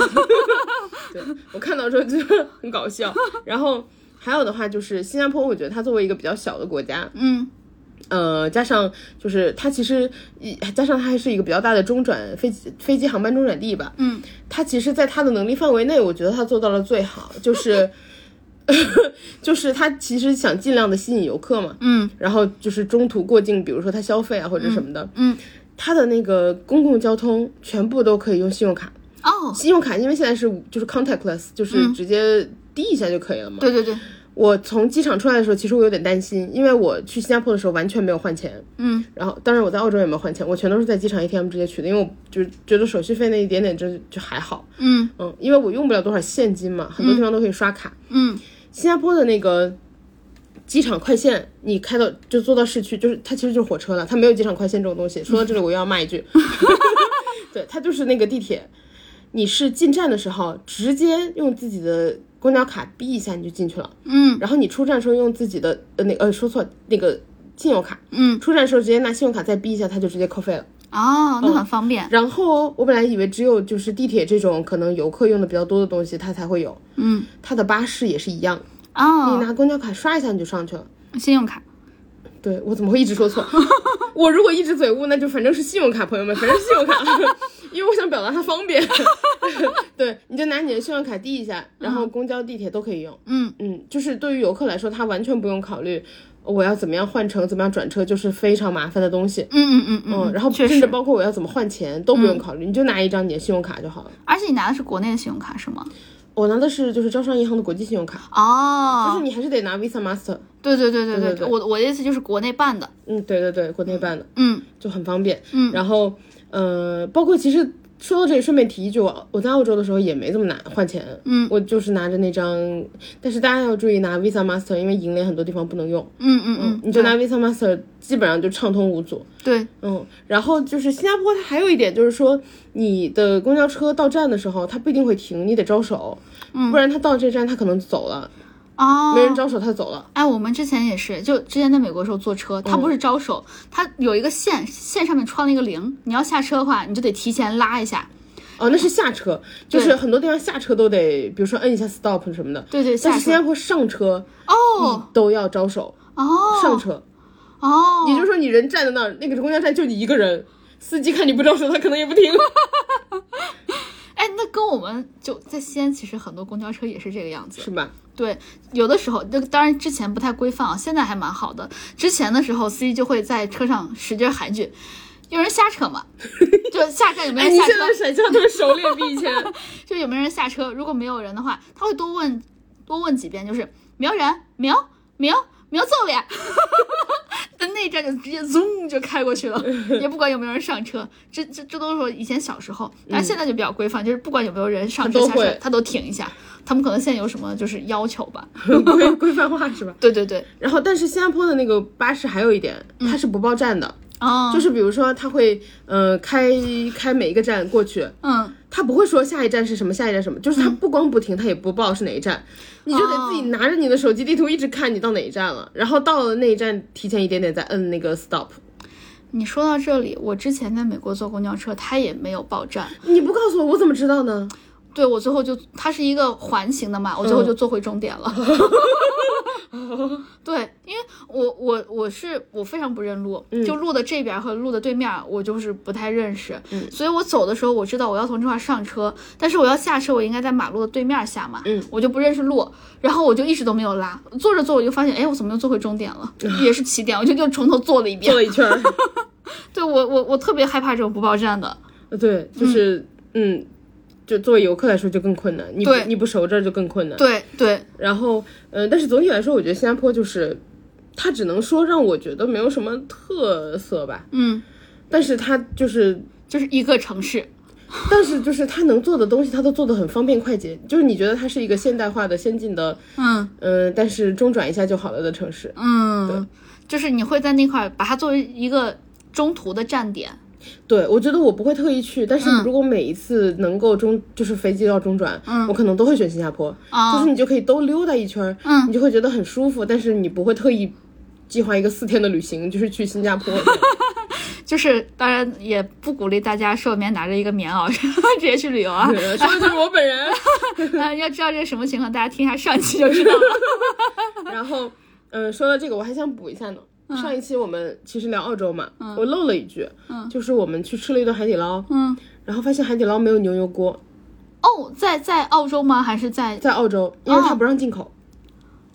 Speaker 2: 对我看到之后就很搞笑。然后还有的话就是新加坡，我觉得它作为一个比较小的国家，
Speaker 1: 嗯
Speaker 2: 呃，加上就是它其实一加上它还是一个比较大的中转飞机飞机航班中转地吧，
Speaker 1: 嗯，
Speaker 2: 它其实在它的能力范围内，我觉得它做到了最好，就是 就是它其实想尽量的吸引游客嘛，
Speaker 1: 嗯
Speaker 2: 然后就是中途过境，比如说它消费啊或者什么的，
Speaker 1: 嗯，
Speaker 2: 它的那个公共交通全部都可以用信用卡。
Speaker 1: 哦，
Speaker 2: 信用卡因为现在是无就是 contactless，就是直接滴一下就可以了嘛。
Speaker 1: 对对对，
Speaker 2: 我从机场出来的时候，其实我有点担心，因为我去新加坡的时候完全没有换钱，
Speaker 1: 嗯
Speaker 2: 然后当然我在澳洲也没有换钱，我全都是在机场 ATM 直接取的，因为我就是觉得手续费那一点点就就还好，
Speaker 1: 嗯
Speaker 2: 嗯，因为我用不了多少现金嘛，很多地方都可以刷卡。
Speaker 1: 嗯
Speaker 2: 新加坡的那个机场快线，你开到就坐到市区，就是它其实就是火车了，它没有机场快线这种东西。说到这里，我又要 骂一句，对，它就是那个地铁，你是进站的时候直接用自己的公交卡逼一下你就进去了，
Speaker 1: 嗯
Speaker 2: 然后你出站的时候用自己的呃那呃说错了那个信用卡，
Speaker 1: 嗯，
Speaker 2: 出站的时候直接拿信用卡再逼一下，它就直接扣费了。
Speaker 1: 哦，那很方便。
Speaker 2: 然后我本来以为只有就是地铁这种可能游客用的比较多的东西它才会有，
Speaker 1: 嗯
Speaker 2: 它的巴士也是一样，你
Speaker 1: 哦，
Speaker 2: 拿公交卡刷一下你就上去了。
Speaker 1: 信用卡。
Speaker 2: 对我怎么会一直说错？ 我 如果一直嘴误，那就反正是信用卡，朋友们，反正是信用卡，因为我想表达它方便。 对，你就拿你的信用卡抵一下，然后公交、地铁都可以用。
Speaker 1: 嗯
Speaker 2: 嗯，就是对于游客来说，他完全不用考虑我要怎么样换乘、怎么样转车，就是非常麻烦的东西。
Speaker 1: 嗯嗯嗯
Speaker 2: 嗯，然后
Speaker 1: 确实
Speaker 2: 甚
Speaker 1: 嗯
Speaker 2: 至，包括我要怎么换钱都不用考虑，你就拿一张你的信用卡就好了。
Speaker 1: 而且你拿的是国内的信用卡是吗？
Speaker 2: 我拿的是就是招商银行的国际信用卡，
Speaker 1: 哦，
Speaker 2: 就是你还是得拿 Visa Master。
Speaker 1: 对对对对对
Speaker 2: 对对
Speaker 1: 我我的意思就是国内办的，
Speaker 2: 嗯，对对对，国内办的。
Speaker 1: 嗯
Speaker 2: 就很方便。
Speaker 1: 嗯
Speaker 2: 然后呃，包括其实说到这里，顺便提一句，我我在澳洲的时候也没怎么拿换钱，
Speaker 1: 嗯
Speaker 2: 我就是拿着那张，但是大家要注意拿 Visa Master，因为银联很多地方不能用，
Speaker 1: 嗯嗯嗯，
Speaker 2: 你就拿 Visa Master 基本上就畅通无阻。
Speaker 1: 对，对
Speaker 2: 嗯，然后就是新加坡，它还有一点就是说，你的公交车到站的时候，它不一定会停，你得招手，不然它到这站它可能走了，
Speaker 1: 嗯哦，
Speaker 2: 没人招手它走了。
Speaker 1: 哎，我们之前也是，就之前在美国的时候坐
Speaker 2: 嗯
Speaker 1: 车，它不是招手，它有一个线，线上面穿了一个铃，你要下车的话，你就得提前拉一下。
Speaker 2: 哦，那是下车，就是很多地方下车都得，比如说摁一下 stop 什么的。
Speaker 1: 对对，
Speaker 2: 但
Speaker 1: 下
Speaker 2: 是新
Speaker 1: 车。
Speaker 2: 加坡上车
Speaker 1: 哦
Speaker 2: 都要招手
Speaker 1: 哦
Speaker 2: 上车，
Speaker 1: 哦，
Speaker 2: 也就是说嗯你人站在那儿，那个公交站就你一个 人，司机看你不招手，他可能也不停。
Speaker 1: 哎，那跟我们就在西安，其实很多公交车也是这个样子。
Speaker 2: 是吧？
Speaker 1: 对，有的时候，那当然之前不太规范啊，现在还蛮好的。之前的时候，司机就会在车上使劲喊一句：“有人下车吗？” 就下站有没有
Speaker 2: 哎，
Speaker 1: 人
Speaker 2: 你
Speaker 1: 下车？
Speaker 2: 现在甩枪都熟练比 以前。
Speaker 1: 就有没有人下车？如果没有人的话，他会多问多问几遍，就是没有人，没有，没有，没有走了呀。 但那一站就直接 zoom 就开过去了，也不管有没有人上车。这这这都是我以前小时候，但是现在就比较规范，就是不管有没有人上车
Speaker 2: 他
Speaker 1: 下
Speaker 2: 都会
Speaker 1: 车，他都停一下。他们可能现在有什么就是要求吧？
Speaker 2: 规规范化是吧？
Speaker 1: 对对对，
Speaker 2: 然后，但是新加坡的那个巴士还有一点，
Speaker 1: 嗯
Speaker 2: 它是不报站的，
Speaker 1: 啊、
Speaker 2: 就是比如说它会，呃，开开每一个站过去，
Speaker 1: 嗯，
Speaker 2: 它不会说下一站是什么，下一站什么，就是它不光不停，它也不报是哪一站，你就得自己
Speaker 1: 哦
Speaker 2: 拿着你的手机地图一直看你到哪一站了，然后到了那一站提前一点点再摁那个 stop。
Speaker 1: 你说到这里，我之前在美国坐公交车，它也没有报站。
Speaker 2: 你不告诉我，我怎么知道呢？
Speaker 1: 对我最后就它是一个环形的嘛，我最
Speaker 2: 嗯
Speaker 1: 后就坐回终点了。 对，因为我我我是我非常不认路，
Speaker 2: 嗯
Speaker 1: 就路的这边和路的对面我就是不太认识，
Speaker 2: 嗯
Speaker 1: 所以我走的时候我知道我要从这块上车，但是我要下车我应该在马路的对面下嘛，
Speaker 2: 嗯
Speaker 1: 我就不认识路，然后我就一直都没有拉，坐着坐我就发现，哎，我怎么又坐回终点 了？也是起点，我就又从头坐了一遍
Speaker 2: 坐。了一圈儿，
Speaker 1: 对我我我特别害怕这种不报站的，
Speaker 2: 呃 对，就是嗯。就作为游客来说就更困难，你不
Speaker 1: 对
Speaker 2: 你不熟这儿就更困难。
Speaker 1: 对对，
Speaker 2: 然后，嗯、但是总体来说，我觉得新加坡就是，它只能说让我觉得没有什么特色吧，
Speaker 1: 嗯，
Speaker 2: 但是它就是
Speaker 1: 就是一个城市，
Speaker 2: 但是就是他能做的东西，他都做的很方便快捷。就是你觉得它是一个现代化的、先进的，
Speaker 1: 嗯。
Speaker 2: 嗯、但是中转一下就好了的城市。
Speaker 1: 嗯，就是你会在那块儿把它作为一个中途的站点。
Speaker 2: 对，我觉得我不会特意去，但是
Speaker 1: 嗯
Speaker 2: 如果每一次能够中，就是飞机到中转，
Speaker 1: 嗯
Speaker 2: 我可能都会选新加坡，
Speaker 1: 啊
Speaker 2: 就是你就可以都溜达一圈儿，
Speaker 1: 嗯
Speaker 2: 你就会觉得很舒服，但是你不会特意。计划一个四天的旅行，就是去 新加坡。
Speaker 1: 就是当然也不鼓励大家睡眠拿着一个棉袄 直接去旅游啊
Speaker 2: 对。说的就是我本人。
Speaker 1: 啊，要知道这是什么情况，大家听一下上期就知道 了。
Speaker 2: 然后，嗯，说到这个，我还想补一下呢。
Speaker 1: 嗯
Speaker 2: 上一期我们其实聊澳洲嘛，我漏了一句，就是我们去吃了一顿海底捞，
Speaker 1: 嗯，
Speaker 2: 然后发现海底捞没有牛油锅，
Speaker 1: 哦，在在澳洲吗？还是在
Speaker 2: 在澳洲，
Speaker 1: 哦
Speaker 2: 因为它不让进口，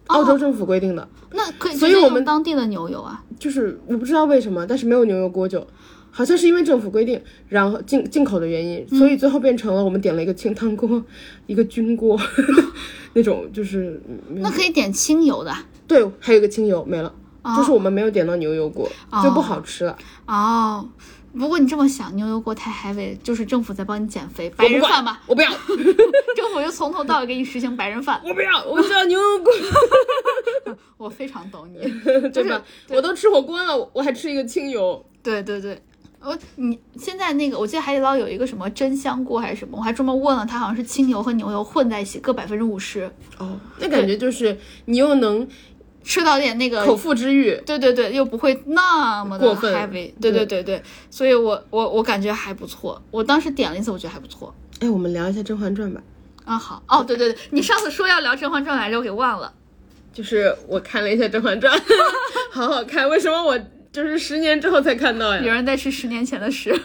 Speaker 2: 澳洲政府规定的，
Speaker 1: 那可以
Speaker 2: 所以
Speaker 1: 直接
Speaker 2: 我
Speaker 1: 用
Speaker 2: 们
Speaker 1: 当地的牛油啊？
Speaker 2: 就是我不知道为什么，但是没有牛油锅就。好像是因为政府规定，然后进进口的原因，所以最后变成了我们点了一个清汤锅，一个菌锅， 那种就是没有
Speaker 1: 那可以点清油的。
Speaker 2: 对，还有一个清油没了，
Speaker 1: 哦
Speaker 2: 就是我们没有点到牛油锅，就不好吃了。
Speaker 1: 哦，不过你这么想，牛油果太 heavy，就是政府在帮你减肥，白
Speaker 2: 我不
Speaker 1: 人
Speaker 2: 管
Speaker 1: 饭吧，，
Speaker 2: 我不要，
Speaker 1: 政府就从头到尾给你实行白人饭。
Speaker 2: 我不要，我只要牛油 锅，
Speaker 1: 我非常懂你。
Speaker 2: 对吧？我都吃火锅了，我还吃一个清油。
Speaker 1: 对对对，我你现在那个，我记得海底捞有一个什么真香锅还是什么，我还专门问了，它好像是清油和牛油混在一起，各百分之五十，
Speaker 2: 哦，那感觉就是你又能
Speaker 1: 吃到点那个
Speaker 2: 口腹之欲，
Speaker 1: 对对对，又不会那么的
Speaker 2: 过分
Speaker 1: heavy，对对对对，所以我我我感觉还不错，我当时点了一次，我觉得还不错。
Speaker 2: 哎，我们聊一下《甄嬛传》吧。
Speaker 1: 啊好哦对对对，你上次说要聊《甄嬛传》来着，我给忘了。
Speaker 2: 就是我看了一下《甄嬛传》， 好好看。为什么我就是十年之后才看到
Speaker 1: 有
Speaker 2: 呀？
Speaker 1: 人在吃十年前的屎。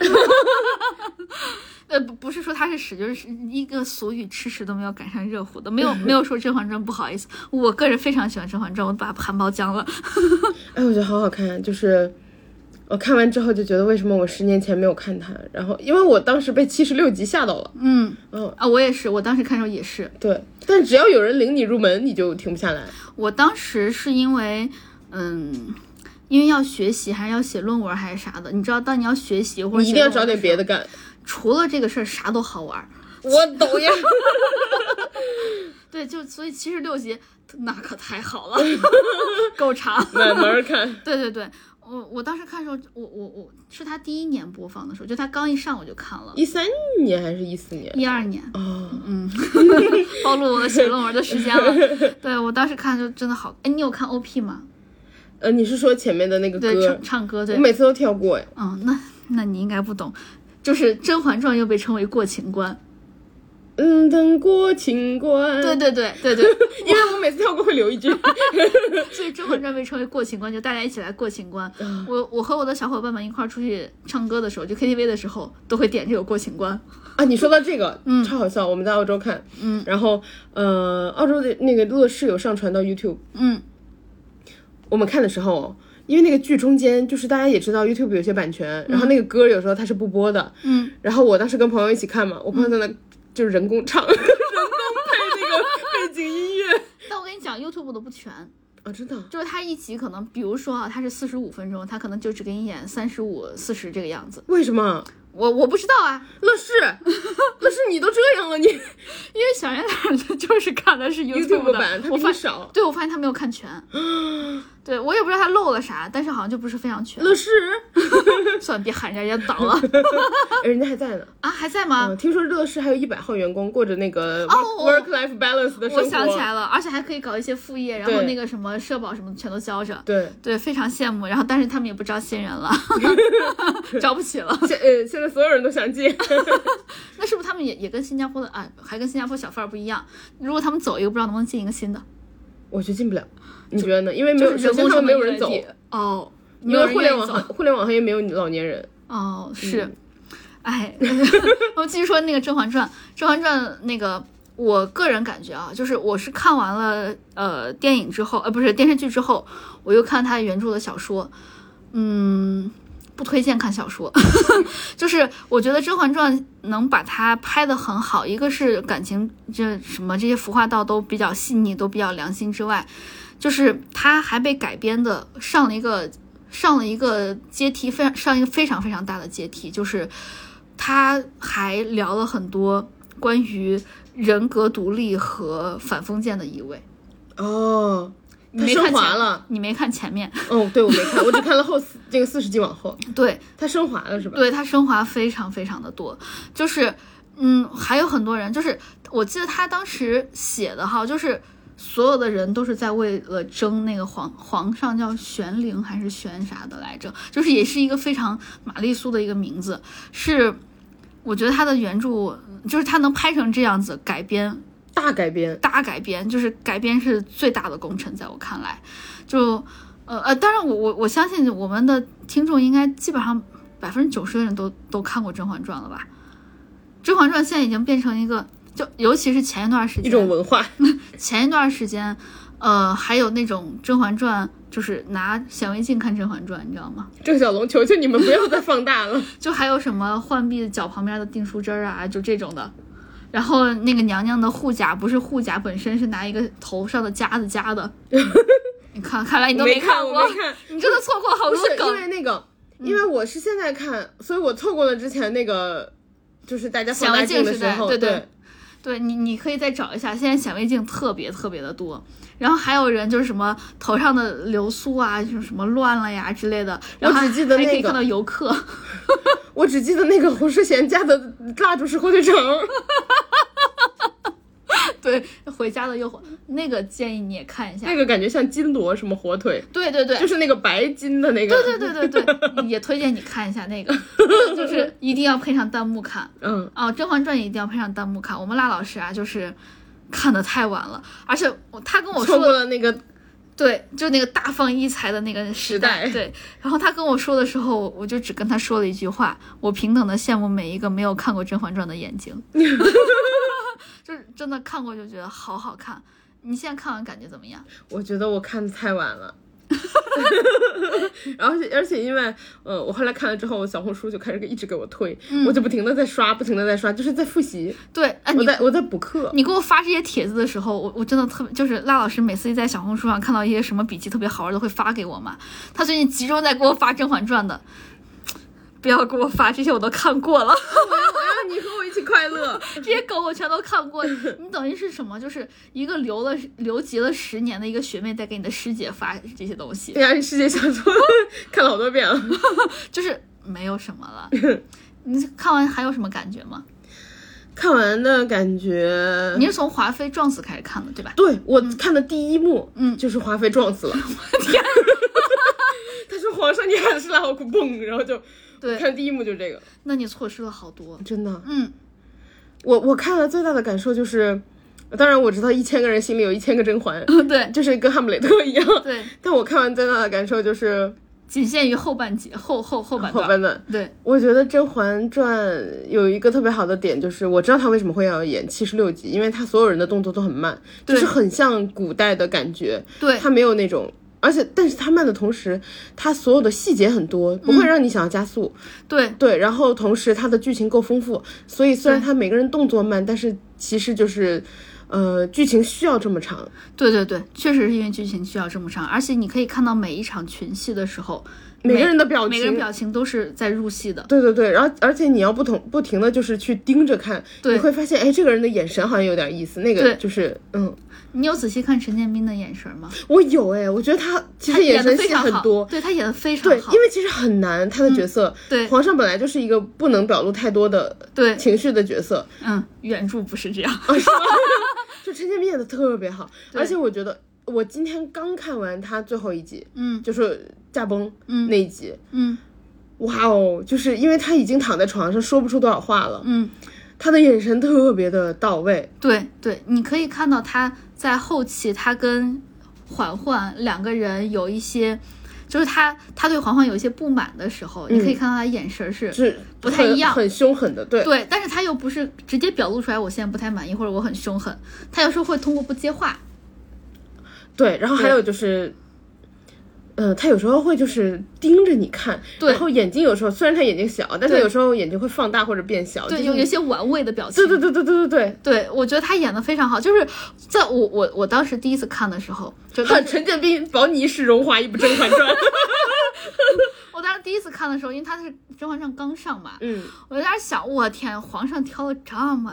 Speaker 1: 呃，不不是说他是屎，就是一个俗语，吃屎都没有赶上热乎的，没有没有说《甄嬛传》不好意思，我个人非常喜欢《甄嬛传》，我把含苞浆了。
Speaker 2: 哎，我觉得好好看，就是我看完之后就觉得为什么我十年前没有看它，然后因为我当时被七十六集吓到了，
Speaker 1: 嗯，
Speaker 2: 嗯
Speaker 1: 啊，我也是，我当时看的时候也是，
Speaker 2: 对，但只要有人领你入门，你就停不下来。
Speaker 1: 我当时是因为，嗯，因为要学习，还是要写论文，还是啥的，你知道，当你要学习或者
Speaker 2: 你一定要
Speaker 1: 写论文
Speaker 2: 找点
Speaker 1: 时
Speaker 2: 别
Speaker 1: 候
Speaker 2: 的，干。
Speaker 1: 除了这个事儿啥都好玩儿。
Speaker 2: 我懂呀，
Speaker 1: 对，就所以七十六集那可太好 了，够长。
Speaker 2: 慢慢看。
Speaker 1: 对对对，我我当时看的时候，我我我是他第一年播放的时候，就他刚一上我就看了，
Speaker 2: 一三年还是一四年？
Speaker 1: 一二年，
Speaker 2: 哦，
Speaker 1: 嗯，暴露我的写论文的时间 了。对我当时看就真的好，哎，你有看 OP 吗？
Speaker 2: 呃，你是说前面的那个
Speaker 1: 对，
Speaker 2: 歌
Speaker 1: 唱？唱歌
Speaker 2: 我
Speaker 1: 对，
Speaker 2: 每次都跳过哎。
Speaker 1: 嗯，那那你应该不懂，就是《甄嬛传》又被称为过情关，
Speaker 2: 嗯，等过情关。
Speaker 1: 对，对对对 对，
Speaker 2: 因为我每次跳过会留 一句。
Speaker 1: 所以《甄嬛传》被称为过情关，就大家一起来过情关。我我和我的小伙伴们一块儿出去唱歌的时候，就 KTV 的时候，都会点这个过情关。
Speaker 2: 啊，你说到这个，嗯，超好笑。我们在澳洲看，嗯，然后呃，澳洲的那个乐视有上传到 YouTube。
Speaker 1: 嗯，
Speaker 2: 我们看的时候，因为那个剧中间就是大家也知道 YouTube 有些版权，然后那个歌有时候它是不播的，
Speaker 1: 嗯，
Speaker 2: 然后我当时跟朋友一起看嘛，我朋友在那就是人工唱， 人工配那个背景音乐
Speaker 1: 但我跟你讲，YouTube 的不全。
Speaker 2: 啊，真的啊，
Speaker 1: 就是它一集可能，比如说啊，它是四十五分钟，它可能就只给你演三十五、四十这个样子。
Speaker 2: 为什么？
Speaker 1: 我我不知道啊，
Speaker 2: 乐视，乐视你都这样了，你
Speaker 1: 因为小圆脸就是看的是
Speaker 2: YouTube
Speaker 1: 的
Speaker 2: 版 它
Speaker 1: 我
Speaker 2: 比
Speaker 1: 发
Speaker 2: 你少，
Speaker 1: 对我发现他没有看全，对我也不知道他漏了啥，但是好像就不是非常 全。
Speaker 2: 乐视，
Speaker 1: 算了，别喊人家倒了
Speaker 2: 哎人家还在呢。
Speaker 1: 啊，还在吗？
Speaker 2: 嗯，听说乐视还有一百号员工过着那个
Speaker 1: 哦
Speaker 2: work life balance 的生活。
Speaker 1: 我想起来了，而且还可以搞一些副业，然后
Speaker 2: 对
Speaker 1: 那个什么社保什么的全都交着。
Speaker 2: 对，
Speaker 1: 对，非常羡慕。然后，但是他们也不招新人 了， 招不起了。
Speaker 2: 现呃现在所有人都想进，
Speaker 1: 那是不是他们也也跟新加坡的啊，还跟新加坡小贩儿不一样？如果他们走一个，不知道能不能进一个新的，
Speaker 2: 我觉得进不了。你觉得呢？因为没
Speaker 1: 就
Speaker 2: 有，
Speaker 1: 是
Speaker 2: 首
Speaker 1: 人
Speaker 2: 先
Speaker 1: 工
Speaker 2: 他
Speaker 1: 成
Speaker 2: 们
Speaker 1: 本
Speaker 2: 没有人
Speaker 1: 问
Speaker 2: 走，
Speaker 1: 题哦，没
Speaker 2: 因
Speaker 1: 有
Speaker 2: 为
Speaker 1: 人
Speaker 2: 互
Speaker 1: 愿
Speaker 2: 联
Speaker 1: 意
Speaker 2: 网
Speaker 1: 走
Speaker 2: 行互联网行业没有老年人。
Speaker 1: 哦，是，哎， 我们继续说那个《甄嬛传》，《甄嬛传》那个，我个人感觉啊，就是我是看完了呃电影之后，呃不是电视剧之后，我又看它原著的小说，嗯，不推荐看小说， 就是我觉得《甄嬛传》能把它拍得很好，一个是感情这什么这些服化道都比较细腻，都比较良心之外，就是它还被改编的上了一个上了一个阶梯，非常上一个非常非常大的阶梯，就是他还聊了很多关于人格独立和反封建的意味。
Speaker 2: 哦，
Speaker 1: 你
Speaker 2: 他
Speaker 1: 没
Speaker 2: 升
Speaker 1: 看
Speaker 2: 华
Speaker 1: 前
Speaker 2: 了。，
Speaker 1: 你没看前面，
Speaker 2: 哦，对，我没看，我只看了后四这个四十集往后，
Speaker 1: 对，
Speaker 2: 他升华了是吧？
Speaker 1: 对，它升华非常非常的多，就是嗯，还有很多人，就是我记得他当时写的哈，就是所有的人都是在为了争那个皇皇上叫玄灵还是玄啥的来着，就是也是一个非常玛丽苏的一个名字，是我觉得他的原著就是他能拍成这样子改编
Speaker 2: 大改编，
Speaker 1: 大改编，就是改编是最大的工程，在我看来，就呃呃，当然我我我相信我们的听众应该基本上百分之九十的人都都看过《甄嬛传》了吧，《甄嬛传》现在已经变成一个，就尤其是前一段时
Speaker 2: 一种
Speaker 1: 间，
Speaker 2: 文化。
Speaker 1: 前一段时间，呃，还有那种《甄嬛传》，就是拿显微镜看《甄嬛传》，你知道吗？
Speaker 2: 郑小龙，求求你们不要再放大了。
Speaker 1: 就还有什么浣碧脚旁边的订书针儿啊，就这种的。然后那个娘娘的护甲不是护甲本身，是拿一个头上的夹子夹的。你看，看来你都
Speaker 2: 没
Speaker 1: 看
Speaker 2: 我
Speaker 1: 过，
Speaker 2: 没看，
Speaker 1: 你真的错过好
Speaker 2: 不
Speaker 1: 多
Speaker 2: 是因为
Speaker 1: 梗。嗯
Speaker 2: 那个，因为我是现在看，所以我错过了之前那个，就是大家放大镜的
Speaker 1: 显微镜
Speaker 2: 时候，
Speaker 1: 时代对
Speaker 2: 对
Speaker 1: 对对你，你可以再找一下，现在显微镜特别特别的多。然后还有人就是什么头上的流苏啊，就是什么乱了呀之类的。然后
Speaker 2: 我只记得
Speaker 1: 还还可以
Speaker 2: 那个
Speaker 1: 看到游客。
Speaker 2: 我只记得那个胡世贤家的蜡烛是火腿肠，
Speaker 1: 对，回家的诱惑，那个建议你也看一下。
Speaker 2: 那个感觉像金锣什么火腿，
Speaker 1: 对对对，
Speaker 2: 就是那个白金的那个，
Speaker 1: 对对对对 对，也推荐你看一下那个，就是一定要配上弹幕看
Speaker 2: 嗯，
Speaker 1: 啊，《甄嬛传》也一定要配上弹幕看。我们辣老师啊，就是看的太晚了，而且我他跟我
Speaker 2: 错
Speaker 1: 说
Speaker 2: 过
Speaker 1: 的，
Speaker 2: 了那个
Speaker 1: 对，就那个大放异彩的那个时代。
Speaker 2: 时代
Speaker 1: 对，然后他跟我说的时候，我就只跟他说了一句话：我平等的羡慕每一个没有看过《甄嬛传》的眼 睛。就是真的看过就觉得好好看。你现在看完感觉怎么样？
Speaker 2: 我觉得我看的太晚 了。然后，而且因为，呃，我后来看了之后，我小红书就开始给一直给我推，我就不停的在刷，不停的在刷，就是在复习，
Speaker 1: 对，哎，
Speaker 2: 我
Speaker 1: 嗯你
Speaker 2: 在我在补 课。
Speaker 1: 你给我发这些帖子的时候，我我真的特别，就是赖老师每次一在小红书上看到一些什么笔记特别好玩的，会发给我嘛。他最近集中在给我发《甄嬛传》的，不要给我发这些，我都看过了。啊
Speaker 2: 我要你和我一起快乐。
Speaker 1: 这些梗我全都看过。你等于是什么？就是一个留了留级了十年的一个学妹在给你的师姐发这些东西，
Speaker 2: 对呀，世界小说 看了好多遍了。
Speaker 1: 就是没有什么了。你看完还有什么感觉吗？
Speaker 2: 看完的感觉，
Speaker 1: 你是从华妃撞死开始看的，对吧？
Speaker 2: 对我看的第一幕，嗯，就是华妃撞 死了。我天！他说：“皇上，你还是来，我嘣！”然后就
Speaker 1: 对
Speaker 2: 看第一幕就这个，
Speaker 1: 那你错失了好多。
Speaker 2: 真的。
Speaker 1: 嗯，
Speaker 2: 我我看了最大的感受就是，当然我知道一千个人心里有一千个甄嬛，
Speaker 1: 对
Speaker 2: 就是跟哈姆雷特一样。
Speaker 1: 对，
Speaker 2: 但我看完最大的感受就是
Speaker 1: 仅限于后半节后后后半
Speaker 2: 后
Speaker 1: 段。
Speaker 2: 半段。
Speaker 1: 对，
Speaker 2: 我觉得《甄嬛传》有一个特别好的点，就是我知道他为什么会要演七十六集，因为他所有人的动作都很慢，
Speaker 1: 对
Speaker 2: 就是很像古代的感觉。
Speaker 1: 对
Speaker 2: 他没有那种，而且但是他慢的同时，他所有的细节很多，不会让你想要加速。
Speaker 1: 嗯对
Speaker 2: 对，然后同时它的剧情够丰富，所以虽然它每个人动作慢，但是其实就是，呃，剧情需要这么长。
Speaker 1: 对对对，确实是因为剧情需要这么长，而且你可以看到每一场群戏的时候，
Speaker 2: 每个
Speaker 1: 每
Speaker 2: 人的表
Speaker 1: 每个人
Speaker 2: 情
Speaker 1: 表情都是在入戏的。
Speaker 2: 对对对，然后而且你要不同不停的就是去盯着看，
Speaker 1: 对
Speaker 2: 你会发现，哎，这个人的眼神好像有点意思，那个
Speaker 1: 对
Speaker 2: 就是，嗯，
Speaker 1: 你有仔细看陈建斌的眼神吗？
Speaker 2: 我有哎，我觉得他其实眼
Speaker 1: 演的
Speaker 2: 神
Speaker 1: 非
Speaker 2: 戏
Speaker 1: 常
Speaker 2: 很
Speaker 1: 好，
Speaker 2: 多，
Speaker 1: 对他演的非常
Speaker 2: 对，
Speaker 1: 好，嗯
Speaker 2: 因为其实很难他的角色，
Speaker 1: 对
Speaker 2: 皇上本来就是一个不能表露太多的
Speaker 1: 对，
Speaker 2: 情绪的角色，啊
Speaker 1: 嗯，原著不是这样，
Speaker 2: 就陈建斌演的特别好，而且我觉得我今天刚看完他最后一集，
Speaker 1: 嗯
Speaker 2: 就是驾崩
Speaker 1: 嗯
Speaker 2: 那一集，
Speaker 1: 嗯
Speaker 2: 哇哦，就是因为他已经躺在床上说不出多少话了，
Speaker 1: 嗯，
Speaker 2: 他的眼神特别的到位，
Speaker 1: 对对，你可以看到他在后期，他跟嬛嬛两个人有一些，就是他他对嬛嬛有一些不满的时候，你
Speaker 2: 嗯
Speaker 1: 可以看到他眼神是。
Speaker 2: 是
Speaker 1: 不太一样
Speaker 2: 很很凶狠的，对，
Speaker 1: 对，但是他又不是直接表露出来，我现在不太满意，或者我很凶狠。他有时候会通过不接话，
Speaker 2: 对，然后还有就是。嗯，他有时候会就是盯着你看，
Speaker 1: 对
Speaker 2: 然后眼睛有时候虽然他眼睛小，但他
Speaker 1: 对
Speaker 2: 有时候眼睛会放大或者变小，
Speaker 1: 对，
Speaker 2: 哦就
Speaker 1: 有
Speaker 2: 是
Speaker 1: 有些玩味的表情
Speaker 2: 对。对对对对对
Speaker 1: 对，我觉得他演的非常好，就是在我我我当时第一次看的时候，就
Speaker 2: 对， 陈建斌保你一世荣华，一部《甄嬛传》，
Speaker 1: 我当时第一次看的时候，因为他是《甄嬛传》刚上嘛，
Speaker 2: 嗯，
Speaker 1: 我在那儿想，我天，皇上挑了这 么，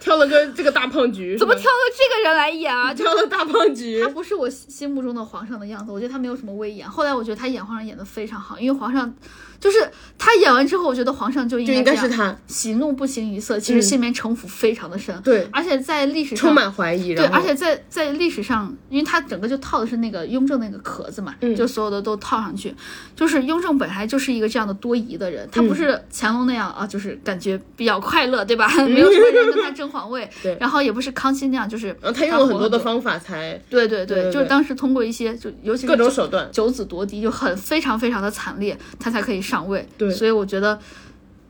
Speaker 2: 挑了个这个大胖橘，
Speaker 1: 怎么挑
Speaker 2: 是吧？
Speaker 1: 了这个人来演啊？就
Speaker 2: 挑了大胖橘
Speaker 1: 他？不是我心心目中的皇上的样子，我觉得他没有什么威严。后来我觉得他演皇上演的非常好，因为皇上就是他演完之后，我觉得皇上就应
Speaker 2: 就应
Speaker 1: 该
Speaker 2: 该
Speaker 1: 这样
Speaker 2: 是他，
Speaker 1: 喜怒不形于色，其实
Speaker 2: 嗯
Speaker 1: 心里面城府非常的深，
Speaker 2: 对
Speaker 1: 而且在历史上
Speaker 2: 充满怀疑，
Speaker 1: 对，
Speaker 2: 然后
Speaker 1: 而且在在历史上，因为它整个就套的是那个雍正那个壳子嘛，
Speaker 2: 嗯
Speaker 1: 就所有的都套上去。就是雍正本来就是一个这样的多疑的人，他
Speaker 2: 嗯
Speaker 1: 不是乾隆那样啊，就是感觉比较快乐，对吧？ 没有什么人跟他争皇位。
Speaker 2: 嗯 对
Speaker 1: 然后也不是康熙那样，就是
Speaker 2: 然后他用了很多的
Speaker 1: 活很多。
Speaker 2: 方法才
Speaker 1: 对对
Speaker 2: 对对
Speaker 1: 就是当时通过一些，就尤其是
Speaker 2: 各种
Speaker 1: 九
Speaker 2: 手段，
Speaker 1: 九子夺嫡，就很非常非常的惨烈，他才可以上位。
Speaker 2: 对
Speaker 1: 所以我觉得，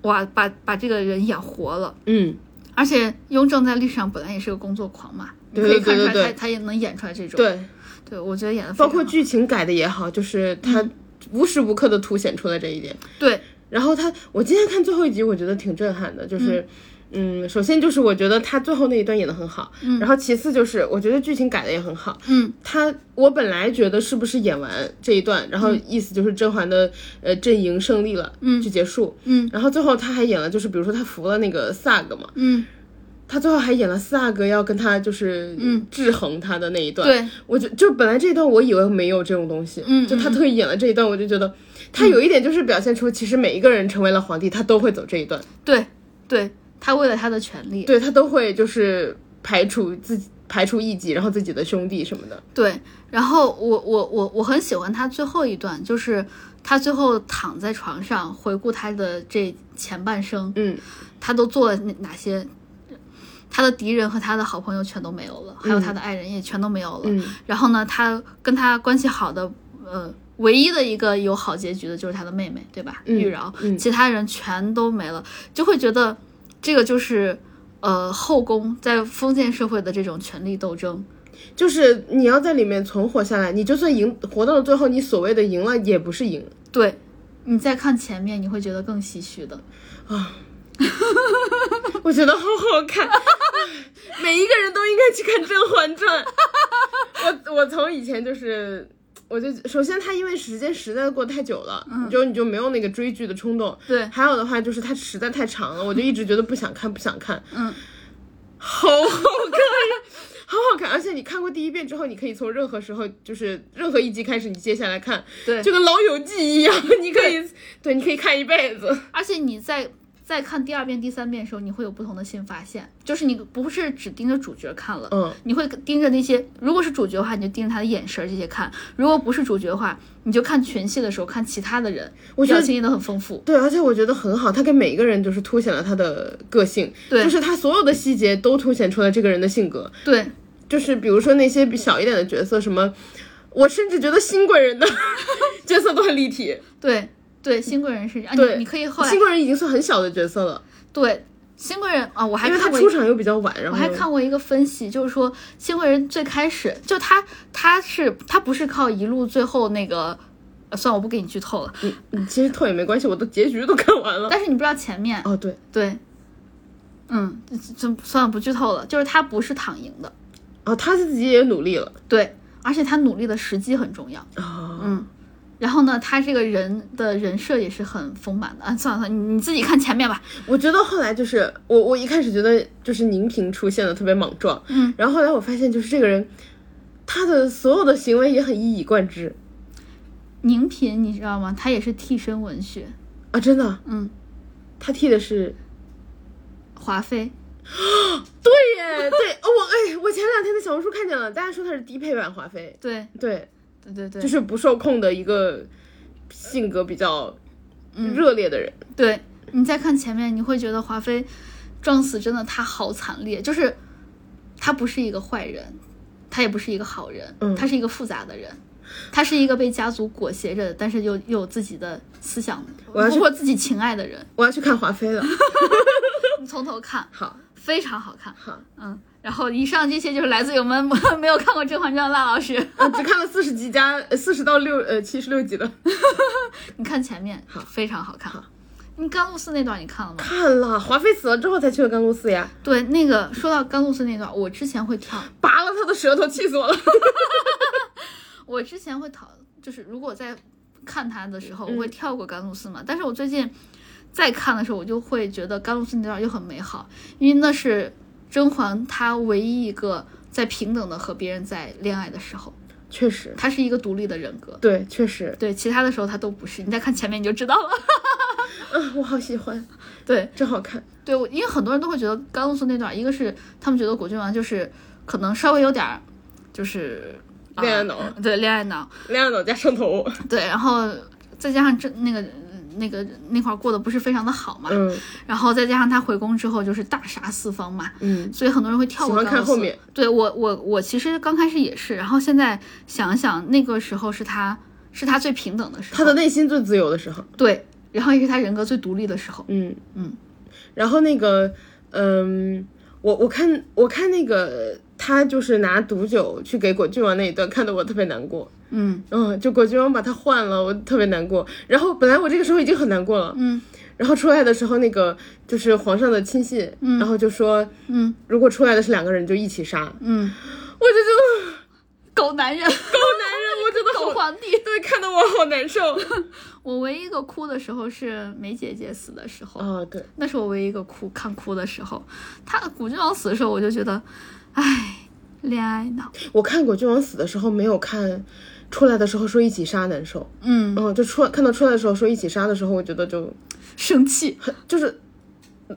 Speaker 1: 哇，把把这个人演活了。
Speaker 2: 嗯，
Speaker 1: 而且雍正在历史上本来也是个工作狂嘛，你
Speaker 2: 对
Speaker 1: 可以
Speaker 2: 对
Speaker 1: 看出
Speaker 2: 对
Speaker 1: 来
Speaker 2: 对
Speaker 1: 他他也能演出来这种。
Speaker 2: 对，
Speaker 1: 对，我觉得演的
Speaker 2: 包括剧情改的也好，就是他无时无刻的凸显出了这一点。
Speaker 1: 对
Speaker 2: 然后他，我今天看最后一集，我觉得挺震撼的，就是。嗯，首先就是我觉得他最后那一段演的很好，嗯，然后其次就是我觉得剧情改的也很好，
Speaker 1: 嗯，
Speaker 2: 他我本来觉得是不是演完这一段，然后意思就是甄嬛的呃阵营胜利了，嗯，就结束，
Speaker 1: 嗯，
Speaker 2: 然后最后他还演了，就是比如说他服了那个萨格嘛，
Speaker 1: 嗯，
Speaker 2: 他最后还演了四阿哥要跟他就是制衡他的那一段，
Speaker 1: 对，
Speaker 2: 我就就本来这一段我以为没有这种东西，
Speaker 1: 嗯
Speaker 2: 就他特意演了这一段，我就觉得他有一点就是表现出其实每一个人成为了皇帝，他都会走这一段，
Speaker 1: 对对，他为了他的权利，
Speaker 2: 对他都会就是排除自己排除异己，然后自己的兄弟什么的，
Speaker 1: 对。然后我我我我很喜欢他最后一段，就是他最后躺在床上回顾他的这前半生，
Speaker 2: 嗯，
Speaker 1: 他都做了哪哪些。他的敌人和他的好朋友全都没有了，还有他的爱人也全都没有了。
Speaker 2: 嗯
Speaker 1: 然后呢，他跟他关系好的，呃，唯一的一个有好结局的就是他的妹妹，对吧？玉娆，
Speaker 2: 嗯
Speaker 1: 其他人全都没了，就会觉得这个就是呃后宫在封建社会的这种权力斗争。
Speaker 2: 就是你要在里面存活下来，你就算赢活到了最后，你所谓的赢了也不是赢，
Speaker 1: 对，你再看前面，你会觉得更唏嘘的。
Speaker 2: 我觉得好好看， 每一个人都应该去看《甄嬛传》我。我从以前就是，我就首先它因为时间实在过得太久了，你就你就没有那个追剧的冲动。
Speaker 1: 对
Speaker 2: 还有的话就是它实在太长了，我就一直觉得不想看，不想看。
Speaker 1: 嗯，
Speaker 2: 好好看呀， 好好看！而且你看过第一遍之后，你可以从任何时候，就是任何一集开始，你接下来看，
Speaker 1: 对
Speaker 2: 就跟《老友记》一样，你可以，对，你可以看一辈子。
Speaker 1: 而且你在再看第二遍、第三遍的时候，你会有不同的新发现，就是你不是只盯着主角看了，
Speaker 2: 嗯，
Speaker 1: 你会盯着那些，如果是主角的话，你就盯着他的眼神儿这些看；如果不是主角的话，你就看群戏的时候看其他的人，
Speaker 2: 我觉
Speaker 1: 表
Speaker 2: 得
Speaker 1: 情也都很丰富。
Speaker 2: 对，而且我觉得很好，他给每一个人就是凸显了他的个性，
Speaker 1: 对
Speaker 2: 就是他所有的细节都凸显出了这个人的性格，
Speaker 1: 对，
Speaker 2: 就是比如说那些比小一点的角色，什么，我甚至觉得新贵人的 角色都很立体，
Speaker 1: 对，对，新贵人是这样，啊，
Speaker 2: 对，
Speaker 1: 你你可以后来
Speaker 2: 新贵人已经算很小的角色了，
Speaker 1: 对新贵人啊，我还
Speaker 2: 因为他
Speaker 1: 看过一
Speaker 2: 出场又比较晚，然
Speaker 1: 我
Speaker 2: 后
Speaker 1: 还看过一个分析，就是说新贵人最开始就他他是他不是靠一路最后那个，呃算了我不给你剧透了，
Speaker 2: 嗯其实透也没关系，我都结局都看完了。
Speaker 1: 但是你不知道前面
Speaker 2: 哦，对，
Speaker 1: 对，嗯，这这算了不剧透了，就是他不是躺赢的，
Speaker 2: 哦，他自己也努力了，
Speaker 1: 对，而且他努力的时机很重要，
Speaker 2: 哦，
Speaker 1: 嗯。然后呢，他这个人的人设也是很丰满的啊！算了算了，你你自己看前面吧。
Speaker 2: 我觉得后来就是我，我一开始觉得就是宁平出现的特别莽撞，
Speaker 1: 嗯，
Speaker 2: 然后后来我发现就是这个人，他的所有的行为也很一以贯之
Speaker 1: 宁嫔你知道吗？她也是替身文学，
Speaker 2: 啊，真的，
Speaker 1: 嗯，
Speaker 2: 他替的是
Speaker 1: 华妃，
Speaker 2: 对耶， 对，哦我哎，我前两天在小红书看见了，大家说他是低配版华妃，
Speaker 1: 对
Speaker 2: 对，
Speaker 1: 对对对，
Speaker 2: 就是不受控的一个性格比较热烈的人，
Speaker 1: 对你再看前面，你会觉得华妃撞死真的她好惨烈，就是她不是一个坏人，她也不是一个好人，
Speaker 2: 嗯
Speaker 1: 她是一个复杂的人，她是一个被家族裹挟着，但是又又有自己的思想，
Speaker 2: 要
Speaker 1: 包
Speaker 2: 去
Speaker 1: 括自己情爱的人。
Speaker 2: 我要去看华妃 了，
Speaker 1: 你从头看，
Speaker 2: 好
Speaker 1: 非常好看，
Speaker 2: 好，
Speaker 1: 嗯。然后以上这些就是来自于我们没有 看过《甄嬛传》的辣老 师，
Speaker 2: 我呃只看了四十集加四十到六呃七十六集的，
Speaker 1: 你看前面
Speaker 2: 好
Speaker 1: 非常好看
Speaker 2: 好。
Speaker 1: 你甘露寺那段你看了吗？
Speaker 2: 看了华妃死了之后才去了甘露寺呀，
Speaker 1: 对，那个说到甘露寺那段，我之前会跳，
Speaker 2: 拔了他的舌头，气死我了。
Speaker 1: 我之前会讨，就是如果我在看它的时候，我会跳过甘露寺嘛。但是我最近再看的时候，我就会觉得甘露寺那段又很美好，因为那是甄嬛她唯一一个在平等的和别人在恋爱的时候，
Speaker 2: 确实，
Speaker 1: 她是一个独立的人格。
Speaker 2: 对，确实，
Speaker 1: 对，其他的时候她都不是。你再看前面你就知道了。
Speaker 2: 嗯，我好喜欢，
Speaker 1: 对
Speaker 2: 真好看。
Speaker 1: 对，我因为很多人都会觉得甘露寺那段，一个是他们觉得果郡王就是可能稍微有点儿就是
Speaker 2: 恋爱
Speaker 1: 啊
Speaker 2: 脑
Speaker 1: 对恋爱脑，
Speaker 2: 恋爱脑加上头，
Speaker 1: 对，然后再加上这那个那个那块儿过得不是非常的好嘛，
Speaker 2: 嗯
Speaker 1: 然后再加上他回宫之后就是大杀四方嘛，
Speaker 2: 嗯，
Speaker 1: 所以很多人会跳过
Speaker 2: 喜欢
Speaker 1: 高
Speaker 2: 看后面。
Speaker 1: 对我我我其实刚开始也是，然后现在想想那个时候是他是他最平等的时候，
Speaker 2: 他的内心最自由的时候，
Speaker 1: 对，然后也是他人格最独立的时候。
Speaker 2: 嗯
Speaker 1: 嗯，
Speaker 2: 然后那个，嗯，我我看我看那个他就是拿毒酒去给果郡王那一段，看得我特别难过。
Speaker 1: 嗯
Speaker 2: 嗯，就果郡王把他换了，我特别难过。然后本来我这个时候已经很难过了，
Speaker 1: 嗯
Speaker 2: 然后出来的时候，那个就是皇上的亲信，然后就说，
Speaker 1: 嗯
Speaker 2: 如果出来的是两个人，就一起杀。
Speaker 1: 嗯，
Speaker 2: 我就觉得
Speaker 1: 狗男人，
Speaker 2: 好男 人，我觉得
Speaker 1: 狗
Speaker 2: 好，
Speaker 1: 皇帝。
Speaker 2: 对，看得我好 难受。
Speaker 1: 我唯一一个哭的时候是梅姐姐死的时候。
Speaker 2: 哦，对，
Speaker 1: 那是我唯一一个哭看哭的时候。他古君王死的时候，我就觉得，唉，恋爱脑。
Speaker 2: 我看果郡王死的时候没有看，出来的时候说一起杀难受。
Speaker 1: 嗯，
Speaker 2: 嗯，就出来看到出来的时候说一起杀的时候，我觉得就
Speaker 1: 生气。
Speaker 2: 很就是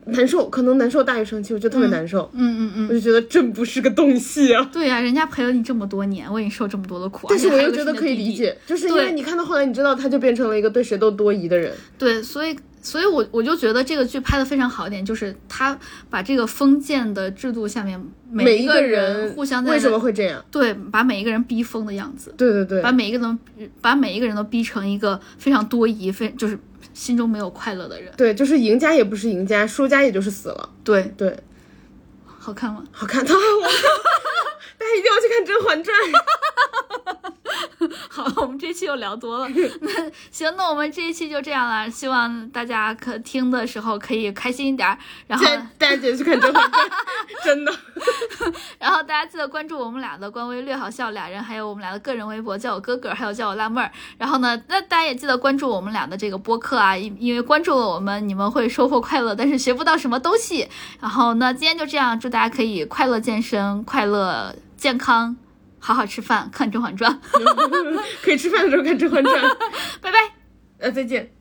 Speaker 2: 难受，可能难受大于生气，我觉得特别难受。
Speaker 1: 嗯嗯
Speaker 2: 我
Speaker 1: 嗯，
Speaker 2: 就觉得真不是个东西啊。
Speaker 1: 对呀、人家陪了你这么多年，为你受这么多的苦，
Speaker 2: 但是
Speaker 1: 而且
Speaker 2: 我
Speaker 1: 还有
Speaker 2: 又
Speaker 1: 个是
Speaker 2: 觉得
Speaker 1: 你的
Speaker 2: 可以
Speaker 1: 弟
Speaker 2: 理
Speaker 1: 弟。
Speaker 2: 解，就是因为
Speaker 1: 对
Speaker 2: 你看到后来，你知道他就变成了一个对谁都多疑的人。
Speaker 1: 对，所以所以我我就觉得这个剧拍的非常好一点，就是他把这个封建的制度下面
Speaker 2: 每
Speaker 1: 一
Speaker 2: 个
Speaker 1: 个人互相在
Speaker 2: 为什么会这样？
Speaker 1: 对把每一个人逼疯的样子，
Speaker 2: 对对对
Speaker 1: 把，每一个人都把每一个人都逼成一个非常多疑、非就是心中没有快乐的人。
Speaker 2: 对，就是赢家也不是赢家，输家也就是死了。
Speaker 1: 对，
Speaker 2: 对，
Speaker 1: 好看吗？
Speaker 2: 好看， 他我大家一定要去看《甄嬛传》。
Speaker 1: 好，我们这期又聊多了。 那行，那我们这一期就这样了。希望大家可听的时候可以开心一点儿，然后
Speaker 2: 大家大家记得去看《甄嬛传》，真的。
Speaker 1: 然后大家记得关注我们俩的官微“略好笑”俩人，还有我们俩的个人微博，叫我哥哥，还有叫我辣妹儿。然后呢，那大家也记得关注我们俩的这个播客啊，因因为关注了我们，你们会收获快乐，但是学不到什么东西。然后呢，今天就这样，祝大家可以快乐健身，快乐健康，好好吃饭，看《甄嬛传》，
Speaker 2: 可以吃饭的时候看《甄嬛传》。
Speaker 1: 拜拜。
Speaker 2: 呃，再见。